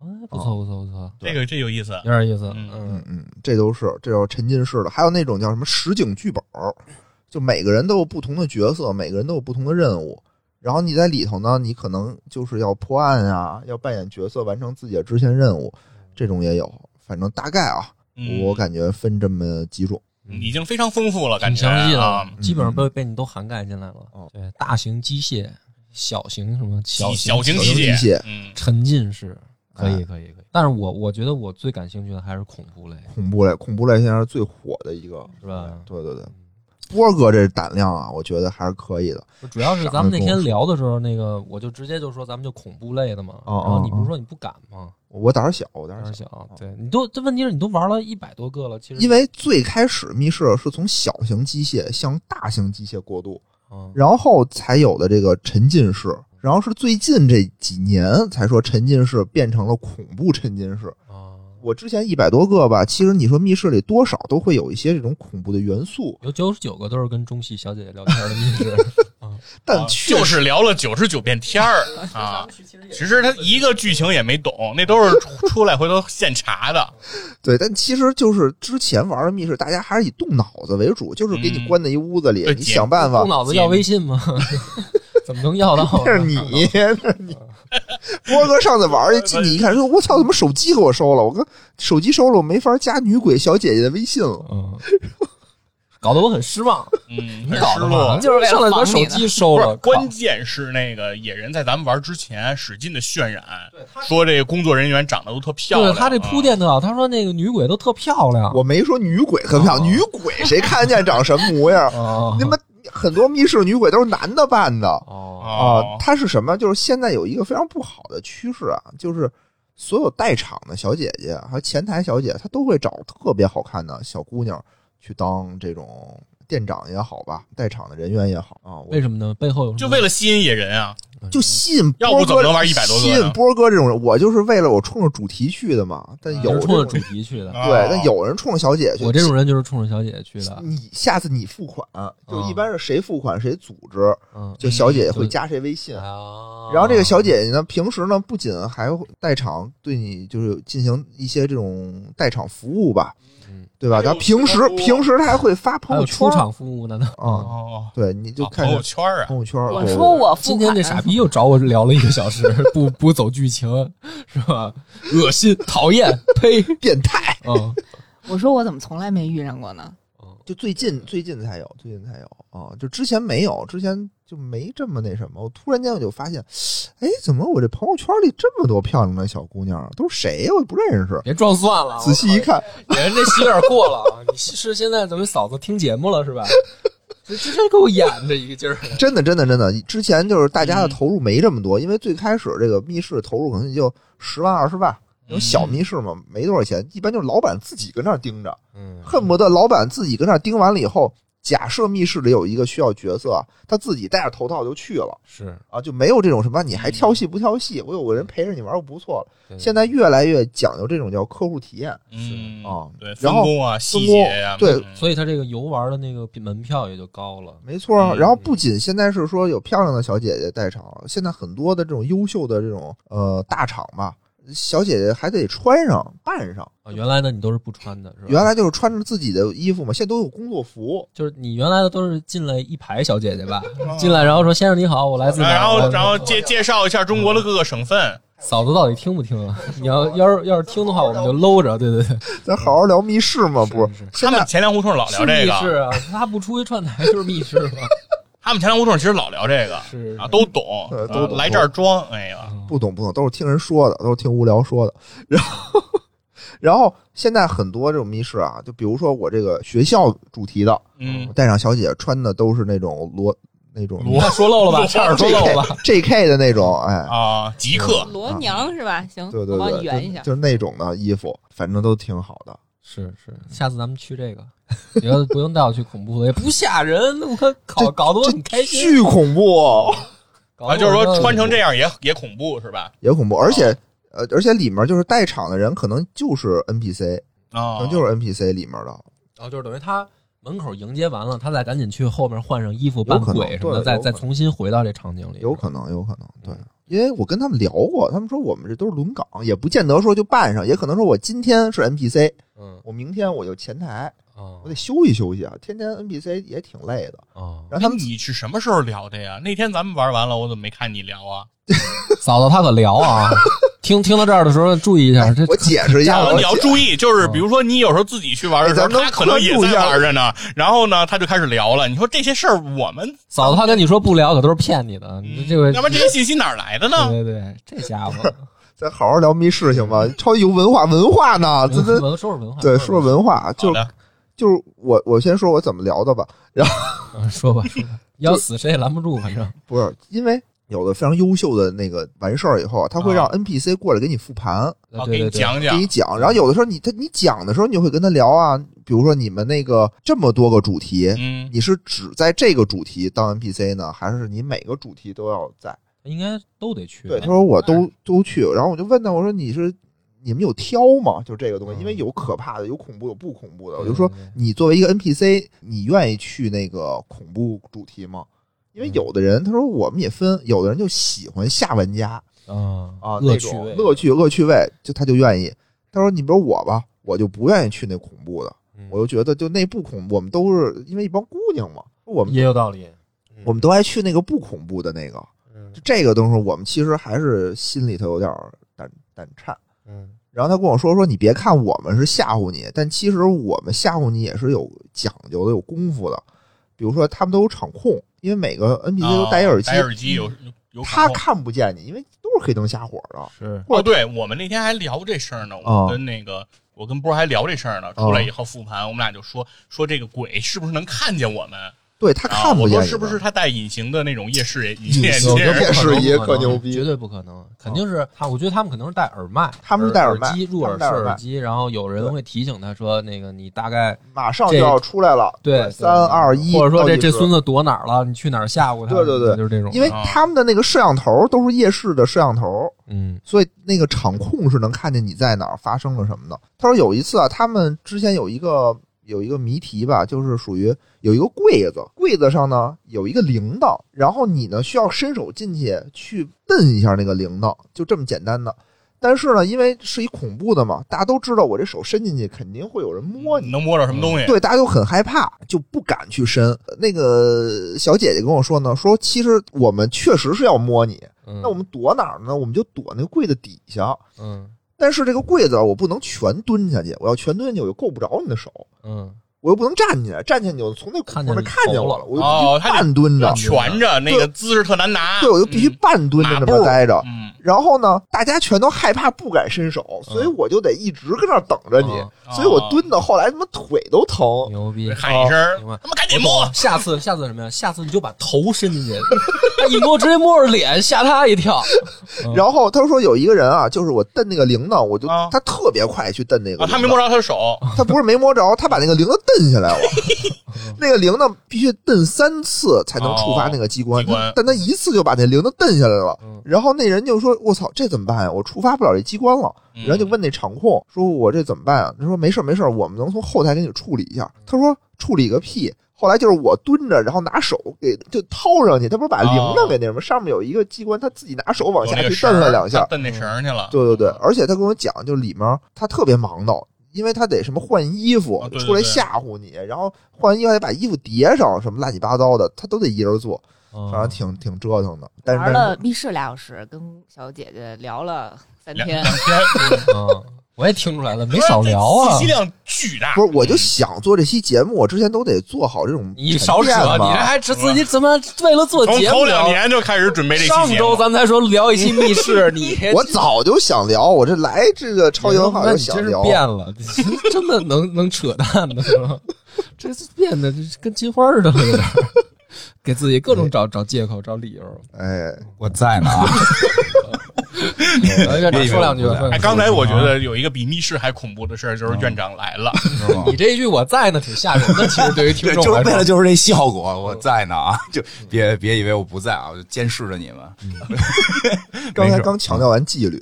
Speaker 1: 哎不错不错不错，
Speaker 2: 这个这有意思。
Speaker 1: 有点意思，
Speaker 2: 嗯
Speaker 1: 嗯
Speaker 3: 嗯，嗯，这都是这种沉浸式的，还有那种叫什么实景剧本儿，就每个人都有不同的角色，每个人都有不同的任务。然后你在里头呢，你可能就是要破案啊，要扮演角色，完成自己的支线任务，这种也有。反正大概啊，
Speaker 2: 嗯
Speaker 3: 我感觉分这么几种。
Speaker 1: 嗯
Speaker 2: 已经非常丰富了，感
Speaker 1: 挺
Speaker 2: 觉
Speaker 1: 详细
Speaker 2: 啊
Speaker 1: 的，基本上被被你都涵盖进来了
Speaker 3: 哦。
Speaker 1: 对，大型机械、小型什么
Speaker 2: 小
Speaker 1: 型
Speaker 2: 型
Speaker 3: 小
Speaker 2: 机
Speaker 3: 型机械
Speaker 2: 嗯，
Speaker 1: 沉浸式，可以
Speaker 3: 哎
Speaker 1: 可以可以。但是我我觉得我最感兴趣的还是恐怖类，
Speaker 3: 恐怖类，恐怖类现在是最火的一个，
Speaker 1: 是吧？
Speaker 3: 对对对，波哥这胆量啊，我觉得还是可以的。
Speaker 1: 嗯主要是咱们那
Speaker 3: 傻子
Speaker 1: 天
Speaker 3: 公司
Speaker 1: 聊的时候，那个我就直接就说咱们就恐怖类的嘛。
Speaker 3: 哦哦
Speaker 1: 然后你不是说你不敢吗？
Speaker 3: 我胆儿小，我胆
Speaker 1: 胆
Speaker 3: 儿
Speaker 1: 儿
Speaker 3: 小。
Speaker 1: 小，对你都这问题是你都玩了一百多个了，其实
Speaker 3: 因为最开始密室是从小型机械向大型机械过渡，
Speaker 1: 嗯
Speaker 3: 然后才有的这个沉浸式，然后是最近这几年才说沉浸式变成了恐怖沉浸式。
Speaker 1: 啊
Speaker 3: 我之前一百多个吧，其实你说密室里多少都会有一些这种恐怖的元素，
Speaker 1: 有九十九个都是跟中戏小姐姐聊天的密室，
Speaker 3: 但
Speaker 2: 啊
Speaker 3: 确实、
Speaker 2: 就是聊了九十九遍天 儿啊。其实他一个剧情也没懂，那都是出 出来回头现查的。
Speaker 3: 对，但其实就是之前玩的密室，大家还是以动脑子为主，就是给你
Speaker 2: 嗯
Speaker 3: 关在一屋子里，
Speaker 2: 对
Speaker 3: 你
Speaker 2: 解
Speaker 3: 想办法
Speaker 1: 动。脑子要微信吗？怎哦么能要到呢？
Speaker 3: 那是你， 那是 你。波哥上次玩去，进去一看，说：“我操，怎么手机给我收了？我跟手机收了，我没法加女鬼小姐姐的微信了。”
Speaker 1: 嗯，搞得我很失 望，
Speaker 2: 嗯，
Speaker 1: 你
Speaker 2: 很
Speaker 1: 搞
Speaker 2: 失
Speaker 1: 的嘛，
Speaker 2: 落。
Speaker 4: 就是为了
Speaker 1: 上来把
Speaker 4: 防你
Speaker 1: 手
Speaker 4: 呢
Speaker 1: 机收
Speaker 2: 不
Speaker 1: 了
Speaker 2: 是，，关
Speaker 1: 键
Speaker 2: 键是那个野人在咱们玩之前使劲的渲染，说这个工作人员长得都特漂
Speaker 1: 对
Speaker 2: 亮。啊
Speaker 1: 他这铺垫特好，他说那个女鬼都特漂亮，
Speaker 3: 我没说女鬼特漂
Speaker 1: 啊
Speaker 3: 亮，女鬼谁看得见长什么模样？
Speaker 1: 哦
Speaker 3: 那么很多密室女鬼都是男的扮的
Speaker 1: 哦
Speaker 3: 啊
Speaker 2: 啊，。
Speaker 3: 它是什么？就是现在有一个非常不好的趋势啊，就是所有代场的小姐姐和前台小姐，她都会找特别好看的小姑娘去当这种店长也好吧，代场的人员也好啊。我
Speaker 1: 为什么呢？背后有
Speaker 2: 就为了吸引野人啊，
Speaker 3: 就吸引
Speaker 2: 要
Speaker 3: 波
Speaker 2: 不怎么
Speaker 3: 哥
Speaker 2: 能玩100多个呢
Speaker 3: 吸引波哥这种人，我就是为了我冲着主题去的嘛。但
Speaker 1: 有
Speaker 3: 有这
Speaker 1: 啊冲着
Speaker 3: 种
Speaker 1: 主题去的，
Speaker 2: 啊
Speaker 3: 对，但有人冲着小姐去，
Speaker 1: 我这种人就是冲着小姐姐去的，
Speaker 3: 你下次你付款，就
Speaker 1: 嗯
Speaker 3: 一般是谁付款谁组织，
Speaker 1: 嗯
Speaker 3: 就小姐姐
Speaker 1: 嗯
Speaker 3: 会
Speaker 1: 就
Speaker 3: 加谁微信。
Speaker 1: 啊
Speaker 3: 然后这个小姐姐呢，平时呢不仅还会代场对你就是进行一些这种代场服务吧，
Speaker 1: 嗯
Speaker 3: 对吧？
Speaker 2: 还有
Speaker 3: 咱平时
Speaker 2: 直播
Speaker 3: 平时她还会发
Speaker 1: 还
Speaker 3: 朋
Speaker 1: 有
Speaker 3: 友
Speaker 1: 出
Speaker 3: 圈
Speaker 1: 场服务呢，那嗯
Speaker 3: 啊，
Speaker 2: 哦，
Speaker 3: 对，你就
Speaker 2: 啊
Speaker 3: 看
Speaker 2: 朋友
Speaker 3: 着
Speaker 2: 圈啊，
Speaker 3: 朋友圈。
Speaker 4: 我
Speaker 3: 对
Speaker 4: 说我付
Speaker 1: 今天
Speaker 4: 款
Speaker 1: 这傻逼又找我聊了一个小时， 不不走剧情是吧？恶心、讨厌、呸！
Speaker 3: 变态，
Speaker 1: 嗯，
Speaker 4: 我说我怎么从来没遇上过呢？
Speaker 3: 就最近最近才有，最近才有啊、就之前没有，之前就没这么那什么。我突然间我就发现，哎，怎么我这朋友圈里这么多漂亮的小姑娘，啊都是谁呀？我也不认识。
Speaker 1: 别撞算了，
Speaker 3: 仔细一看，
Speaker 1: 啊我靠，演员这戏有点过了啊！你是现在咱们嫂子听节目了是吧？这这这给我演这一个劲儿，
Speaker 3: 真的，真的，真的，之前就是大
Speaker 1: 嗯
Speaker 3: 家的投入没这么多，因为最开始这个密室投入可能也就十万二十万，那种小密室嘛，没多少钱，一般就是老板自己跟那儿盯着，
Speaker 1: 嗯，
Speaker 3: 恨不得老板自己跟那儿盯完了以后，假设密室里有一个需要角色，啊他自己戴着头套就去了
Speaker 1: 是
Speaker 3: 啊，就没有这种什么你还挑戏不挑戏，我有个人陪着你玩儿不错了。
Speaker 1: 嗯对
Speaker 3: 现在越来越讲究这种叫客户体验，
Speaker 2: 嗯
Speaker 3: 啊
Speaker 2: 对，分
Speaker 3: 然后
Speaker 2: 工啊，细
Speaker 3: 工
Speaker 2: 节呀，
Speaker 3: 对
Speaker 2: 嗯
Speaker 1: 所以他这个游玩的那个门票也就高了，
Speaker 3: 没错啊，
Speaker 2: 嗯
Speaker 3: 然后不仅现在是说有漂亮的小姐姐在场，现在很多的这种优秀的这种呃大厂吧，小姐姐还得穿上扮上。
Speaker 1: 啊，原来呢你都是不穿的，是吧？啊
Speaker 3: 原来就是穿着自己的衣服嘛，现在都有工作服。
Speaker 1: 就是你原来的都是进来一排小姐姐 吧，
Speaker 3: 哦
Speaker 1: 进来然后说先生你好，我来自哪儿？
Speaker 2: 哎然
Speaker 1: 我来
Speaker 2: 后
Speaker 1: 自
Speaker 2: 然后介介绍一下中国的各个省份，
Speaker 1: 嫂子到底听不听啊？你要要是要是听的话，我们就搂着，对对对，
Speaker 3: 咱好好聊密室嘛，哦不
Speaker 1: 是
Speaker 2: 他们前粮胡同老聊这
Speaker 1: 密室
Speaker 2: 个，
Speaker 1: 啊，他不出去串台就是密室嘛，
Speaker 2: 他们前粮胡同其实老聊这个，
Speaker 1: 是
Speaker 2: 啊，都懂
Speaker 3: 呃，
Speaker 2: 啊
Speaker 3: 都懂
Speaker 2: 来这儿装，
Speaker 1: 嗯
Speaker 2: 哎呀，
Speaker 3: 不懂不懂，都是听人说的，都是听无聊说的。然后，然后现在很多这种密室啊，就比如说我这个学校主题的，
Speaker 2: 嗯，
Speaker 3: 带上小姐姐穿的都是那种罗那种
Speaker 2: 罗
Speaker 1: 说漏 了吧，差点说漏了
Speaker 3: JK
Speaker 1: 吧，
Speaker 3: JK 的那种，哎
Speaker 2: 啊，极客，
Speaker 4: 罗娘是吧？行，
Speaker 3: 对对
Speaker 4: 我帮你
Speaker 3: 对，
Speaker 4: 圆一下
Speaker 3: 就，就是那种的衣服，反正都挺好的。
Speaker 1: 是是，下次咱们去这个，以后不用带我去恐怖的，也不吓人，我搞搞得我很开心，
Speaker 3: 巨恐怖哦，
Speaker 1: 搞
Speaker 2: 啊，
Speaker 1: 得
Speaker 2: 就
Speaker 1: 我
Speaker 2: 是
Speaker 1: 很
Speaker 2: 说穿成这样也也恐怖是吧？
Speaker 3: 也恐怖，而且呃，而且里面就是带场的人可能就是 NPC，可
Speaker 2: 啊，
Speaker 3: 能就是 NPC 里面的，
Speaker 1: 哦，就是等于他门口迎接完了，他再赶紧去后面换上衣服扮
Speaker 3: 有可能
Speaker 1: 鬼什么的，
Speaker 3: 对
Speaker 1: 再
Speaker 3: 有可
Speaker 1: 再
Speaker 3: 能
Speaker 1: 重新回到这场景里，
Speaker 3: 有
Speaker 1: 能
Speaker 3: 可能，有可能，对。
Speaker 1: 嗯
Speaker 3: 因为我跟他们聊过，他们说我们这都是轮岗，也不见得说就办上，也可能说我今天是 NPC，
Speaker 1: 嗯
Speaker 3: 我明天我就前台，
Speaker 1: 啊
Speaker 3: 我得休息休息啊，天天 NPC 也挺累的。
Speaker 1: 啊，
Speaker 3: 然后他
Speaker 2: 哎
Speaker 3: 们
Speaker 2: 你是什么时候聊的呀？那天咱们玩完了，我怎么没看你聊啊？
Speaker 1: 嫂子她可聊啊，听听到这儿的时候注意一下，这
Speaker 3: 我解释一下，
Speaker 2: 然
Speaker 3: 我
Speaker 2: 后你要
Speaker 3: 解
Speaker 2: 注意，就是比如说你有时候自己去玩的时候，
Speaker 3: 嗯哎咱们
Speaker 2: 他可能也
Speaker 3: 关注一
Speaker 2: 在
Speaker 3: 下
Speaker 2: 玩着呢。然后呢，他就开始聊了。你说这些事儿，我们
Speaker 1: 嫂子她跟你说不聊，可都是骗你
Speaker 3: 嗯
Speaker 1: 的，你这这位
Speaker 2: 要不然这些信息哪儿来的呢？
Speaker 1: 对对对，这家伙，
Speaker 3: 咱好好聊密室行吗？超级有文化，文化呢？ 这这
Speaker 1: 文嗯说说文化，
Speaker 3: 对，说文化
Speaker 2: 好
Speaker 3: 就
Speaker 2: 的，
Speaker 3: 就是我我先说我怎么聊的吧，
Speaker 1: 嗯说吧，说 吧，要死谁也拦不住，反正
Speaker 3: 不是因为有的非常优秀的那个完事儿以后，啊他
Speaker 2: 啊
Speaker 3: 会让 NPC 过来给你复盘，
Speaker 2: 我
Speaker 1: 对
Speaker 2: 给
Speaker 1: 对
Speaker 2: 你
Speaker 1: 对，
Speaker 2: 讲
Speaker 3: 给
Speaker 2: 讲
Speaker 3: 你。讲，然后有的时候你他你讲的时候，你就会跟他聊啊，比如说你们那个这么多个主题，
Speaker 2: 嗯，
Speaker 3: 你是只在这个主题当 NPC 呢，还是你每个主题都要在？
Speaker 1: 应该都得去吧，
Speaker 3: 对，他说我
Speaker 1: 嗯
Speaker 3: 都都去，然后我就问他，我说你是你们有挑吗？就这个东西，因
Speaker 1: 嗯
Speaker 3: 为有可怕的，有恐怖，有不恐怖的。我就说
Speaker 1: 对对对
Speaker 3: 你作为一个 NPC，你愿意去那个恐怖主题吗？因为
Speaker 1: 嗯
Speaker 3: 有的人他说我们也分，有的人就喜欢吓玩家
Speaker 1: 啊
Speaker 3: 啊，
Speaker 1: 恶
Speaker 3: 那
Speaker 1: 趣
Speaker 3: 种
Speaker 1: 味，
Speaker 3: 乐趣恶趣味，就他就愿意。他说你比如我吧，我就不愿意去那恐怖的，
Speaker 1: 嗯
Speaker 3: 我就觉得就那不恐，我们都是因为一帮姑娘嘛，我们
Speaker 1: 也有道理，
Speaker 3: 我们都爱去那个不恐怖的那个。
Speaker 1: 嗯
Speaker 3: 就这个东西，我们其实还是心里头有点儿胆胆颤。
Speaker 1: 嗯
Speaker 3: 然后他跟我说说，你别看我们是吓唬你，但其实我们吓唬你也是有讲究的、有功夫的。比如说，他们都有场控，因为每个 NPC 都戴一耳机，
Speaker 2: 啊戴耳机有有
Speaker 3: 他
Speaker 2: 可控
Speaker 3: 看不见你，因为都是黑灯瞎火的。
Speaker 1: 是
Speaker 2: 哦，对，我们那天还聊这事儿呢，
Speaker 3: 哦
Speaker 2: 我跟那个。我跟波儿还聊这事儿呢，出来以后复盘，我们俩就说说这个鬼是不是能看见我们？
Speaker 3: 对他
Speaker 2: 啊，
Speaker 3: 看不
Speaker 2: 我
Speaker 3: 见
Speaker 2: 说
Speaker 3: 你，
Speaker 2: 是不是他戴隐形的那种夜视眼
Speaker 3: 形
Speaker 2: 眼
Speaker 3: 有
Speaker 2: 镜
Speaker 3: 的
Speaker 2: 儿？
Speaker 3: 电视也可牛逼啊
Speaker 1: 绝对不可能，肯定是他。我觉得他们可能是戴耳麦，
Speaker 3: 他们是戴
Speaker 1: 耳
Speaker 3: 耳麦
Speaker 1: 机入
Speaker 3: 他
Speaker 1: 耳
Speaker 3: 们
Speaker 1: 式
Speaker 3: 戴耳麦
Speaker 1: 耳机，然后有人会提醒他说，那个你大概
Speaker 3: 马上就要出来了？
Speaker 1: 对
Speaker 3: 三二一，
Speaker 1: 或者说这这
Speaker 3: 孙
Speaker 1: 孙
Speaker 3: 子，
Speaker 1: 子躲哪儿了，你去哪儿吓唬他，
Speaker 3: 对对对
Speaker 1: 就是这种。
Speaker 3: 因为
Speaker 2: 啊
Speaker 3: 他们的那个摄像头都是夜视的摄像头，
Speaker 1: 嗯
Speaker 3: 所以那个场控是能看见你在哪儿发生了什么的。他说有一次啊，他们之前有一个有一个谜题吧，就是属于有一个柜子，柜子上呢有一个铃铛，然后你呢需要伸手进去去摁一下那个铃铛，就这么简单的。但是呢，因为是一恐怖的嘛，大家都知道我这手伸进去肯定会有人摸
Speaker 2: 你
Speaker 3: 你，
Speaker 2: 能摸着什么东西？
Speaker 3: 对，大家就很害怕，就不敢去伸。那个小姐姐跟我说呢，说其实我们确实是要摸你，
Speaker 1: 嗯，
Speaker 3: 那我们躲哪儿呢？我们就躲那个柜子底下。
Speaker 1: 嗯
Speaker 3: 但是这个柜子啊我不能全蹲下去，我要全蹲下去我又够不着你的手，
Speaker 1: 嗯，
Speaker 3: 我又不能站起来，站起来你就从那
Speaker 1: 看见
Speaker 3: 孔那看见我了，我
Speaker 2: 哦
Speaker 3: 就必须半蹲着，
Speaker 2: 蜷着那个姿势特难拿，
Speaker 3: 对我就必须半蹲着
Speaker 2: 马
Speaker 3: 这
Speaker 2: 步
Speaker 3: 么待着。
Speaker 2: 嗯，
Speaker 3: 然后呢，大家全都害怕，不敢伸
Speaker 1: 嗯
Speaker 3: 手，所以我就得一直搁那儿等着你
Speaker 1: 哦。
Speaker 3: 所以我蹲到后来，他妈腿都疼。
Speaker 1: 牛逼
Speaker 2: 嗯，喊一声
Speaker 1: 明白，
Speaker 2: 他妈赶紧摸，啊
Speaker 1: 下次下次什么呀？下次你就把头伸进去， 他一摸直接摸着脸，吓他一跳。嗯
Speaker 3: 然后他说有一个人啊，就是我蹬那个铃铛，我就
Speaker 2: 啊
Speaker 3: 他特别快去蹬那个
Speaker 2: 啊，
Speaker 3: 铃铛，
Speaker 2: 他没摸着他的手，
Speaker 3: 他不是没摸着，他把那个铃铛蹬下来 了。那个铃铛必须蹬三次才能触发那个机关，
Speaker 2: 哦机关
Speaker 3: 但他一次就把那铃铛蹬下来了。
Speaker 1: 嗯
Speaker 3: 然后那人就说：“我操，这怎么办呀？我触发不了这机关了。”
Speaker 2: 嗯
Speaker 3: 然后就问那场控说：“我这怎么办啊？”他说：“没事儿没事儿，我们能从后台给你处理一下。”他说：“处理个屁！”后来就是我蹲着，然后拿手给就掏上去，他不是把铃铛给那什么，上面有一个机关，他自己拿手往
Speaker 2: 哦有
Speaker 3: 下
Speaker 2: 那个
Speaker 3: 去
Speaker 2: 绳
Speaker 3: 蹬
Speaker 2: 儿
Speaker 3: 了两下
Speaker 2: 他，蹬那绳儿去
Speaker 1: 啊
Speaker 2: 了，
Speaker 3: 对对对，而且他跟我讲，就里面他特别忙叨，因为他得什么换衣服、
Speaker 2: 啊对对
Speaker 3: 出来吓唬你，然后换完衣服还得把衣服叠上，什么乱七八糟的，他都得一人做，
Speaker 1: 嗯
Speaker 3: 反正挺挺折腾的。但
Speaker 4: 玩
Speaker 3: 是但
Speaker 4: 了
Speaker 3: 是
Speaker 4: 密室俩小时，跟小姐姐聊了三
Speaker 2: 两
Speaker 4: 天
Speaker 2: 两。天，
Speaker 1: 嗯，我也听出来了，没少聊啊
Speaker 2: 信息。量巨大，嗯
Speaker 3: 不是，我就想做这期节目，我之前都得做好这种
Speaker 1: 你少扯，
Speaker 3: 沉淀
Speaker 1: 你
Speaker 3: 嘛
Speaker 1: 这还指自己怎么为了做
Speaker 2: 从
Speaker 1: 节
Speaker 2: 头
Speaker 1: 目
Speaker 2: 两
Speaker 1: 聊？
Speaker 2: 年就开始准备这期
Speaker 1: 上
Speaker 2: 节
Speaker 1: 周
Speaker 2: 目，
Speaker 1: 咱才说聊一期密 室，你
Speaker 3: 我早就想聊，我这来这个超级文化
Speaker 1: 那
Speaker 3: 就
Speaker 1: 你真是
Speaker 3: 想
Speaker 2: 啊
Speaker 3: 聊，
Speaker 1: 变了， 真的能能扯淡的，是吧 这次变得就是跟金花似的，有点儿给自己各种找找借口、找理由。
Speaker 3: 哎，
Speaker 5: 我在 呢啊，
Speaker 1: 来， 院长说两句吧。
Speaker 2: 哎，刚才我觉得有一个比密室还恐怖的事儿，就是院长来 了，
Speaker 5: 是吗
Speaker 1: 你这一句我在呢，挺吓人的。其实对于听
Speaker 5: 对，
Speaker 1: 众
Speaker 5: 就是
Speaker 1: 来
Speaker 5: 为了
Speaker 1: 说，
Speaker 5: 就是这效果，我在呢啊，就别别以为我不在啊，我就监视着你 们
Speaker 3: 刚
Speaker 5: 没
Speaker 3: 才
Speaker 5: 事
Speaker 3: 刚强调完纪律，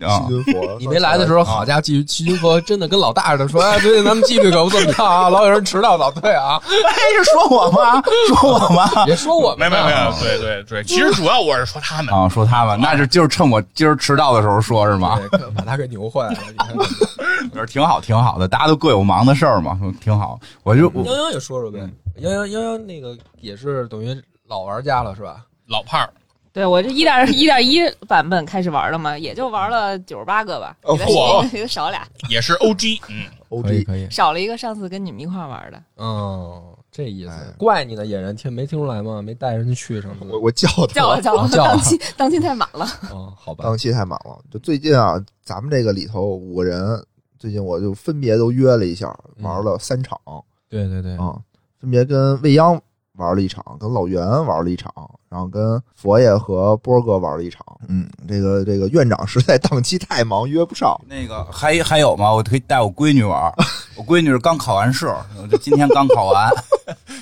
Speaker 5: 啊
Speaker 3: 细。菌佛，
Speaker 1: 你没来的时候，好家伙，齐齐军佛真的跟老大似的说：“哎，最近咱们纪律可不怎么样啊，老有人迟到早退 啊。
Speaker 5: 哎，是说我吗？ 说我吗？”
Speaker 1: 别说我
Speaker 2: 没
Speaker 1: 们
Speaker 2: 有
Speaker 1: 呢，
Speaker 2: 没有没有，啊对对对，其实主要我是说他们，
Speaker 5: 啊，说他们，那就就是趁我今儿迟到的时候说，是吗？
Speaker 1: 对，可把他给牛坏了。你 看
Speaker 5: 我说挺好，挺好的，大家都各有忙的事儿嘛，挺好。我就我
Speaker 1: 泱泱也说说呗，泱泱泱泱那个也是等于老玩家了是吧？
Speaker 2: 老炮儿，
Speaker 4: 对我这一点一点一版本开始玩了嘛，也就玩了九十八个吧，
Speaker 3: 哦
Speaker 4: 比他
Speaker 2: 嚯
Speaker 4: 比他 少俩，
Speaker 2: 也是 OG，嗯，
Speaker 3: O
Speaker 1: 可以
Speaker 3: G
Speaker 1: 可以，
Speaker 4: 少了一个上次跟你们一块玩的。
Speaker 1: 哦，这意思，
Speaker 3: 哎
Speaker 1: 怪你呢，野人听没听出来吗？没带人去什么的
Speaker 3: 我。我叫他
Speaker 4: 叫我叫我，
Speaker 1: 哦叫我
Speaker 4: 当期当期太满了。
Speaker 1: 哦，好吧，
Speaker 3: 档期太满了。就最近啊，咱们这个里头五个人，最近我就分别都约了一下，
Speaker 1: 嗯
Speaker 3: 玩了三场啊、
Speaker 1: 对对对，
Speaker 3: 分别跟未央玩了一场，跟老袁玩了一场，然后跟佛爷和波哥玩了一场。嗯，这个这个院长实在档期太忙，约不上。
Speaker 5: 那个还还有吗？我可以带我闺女玩 儿，我闺女是刚考完试，我就今天刚考 完，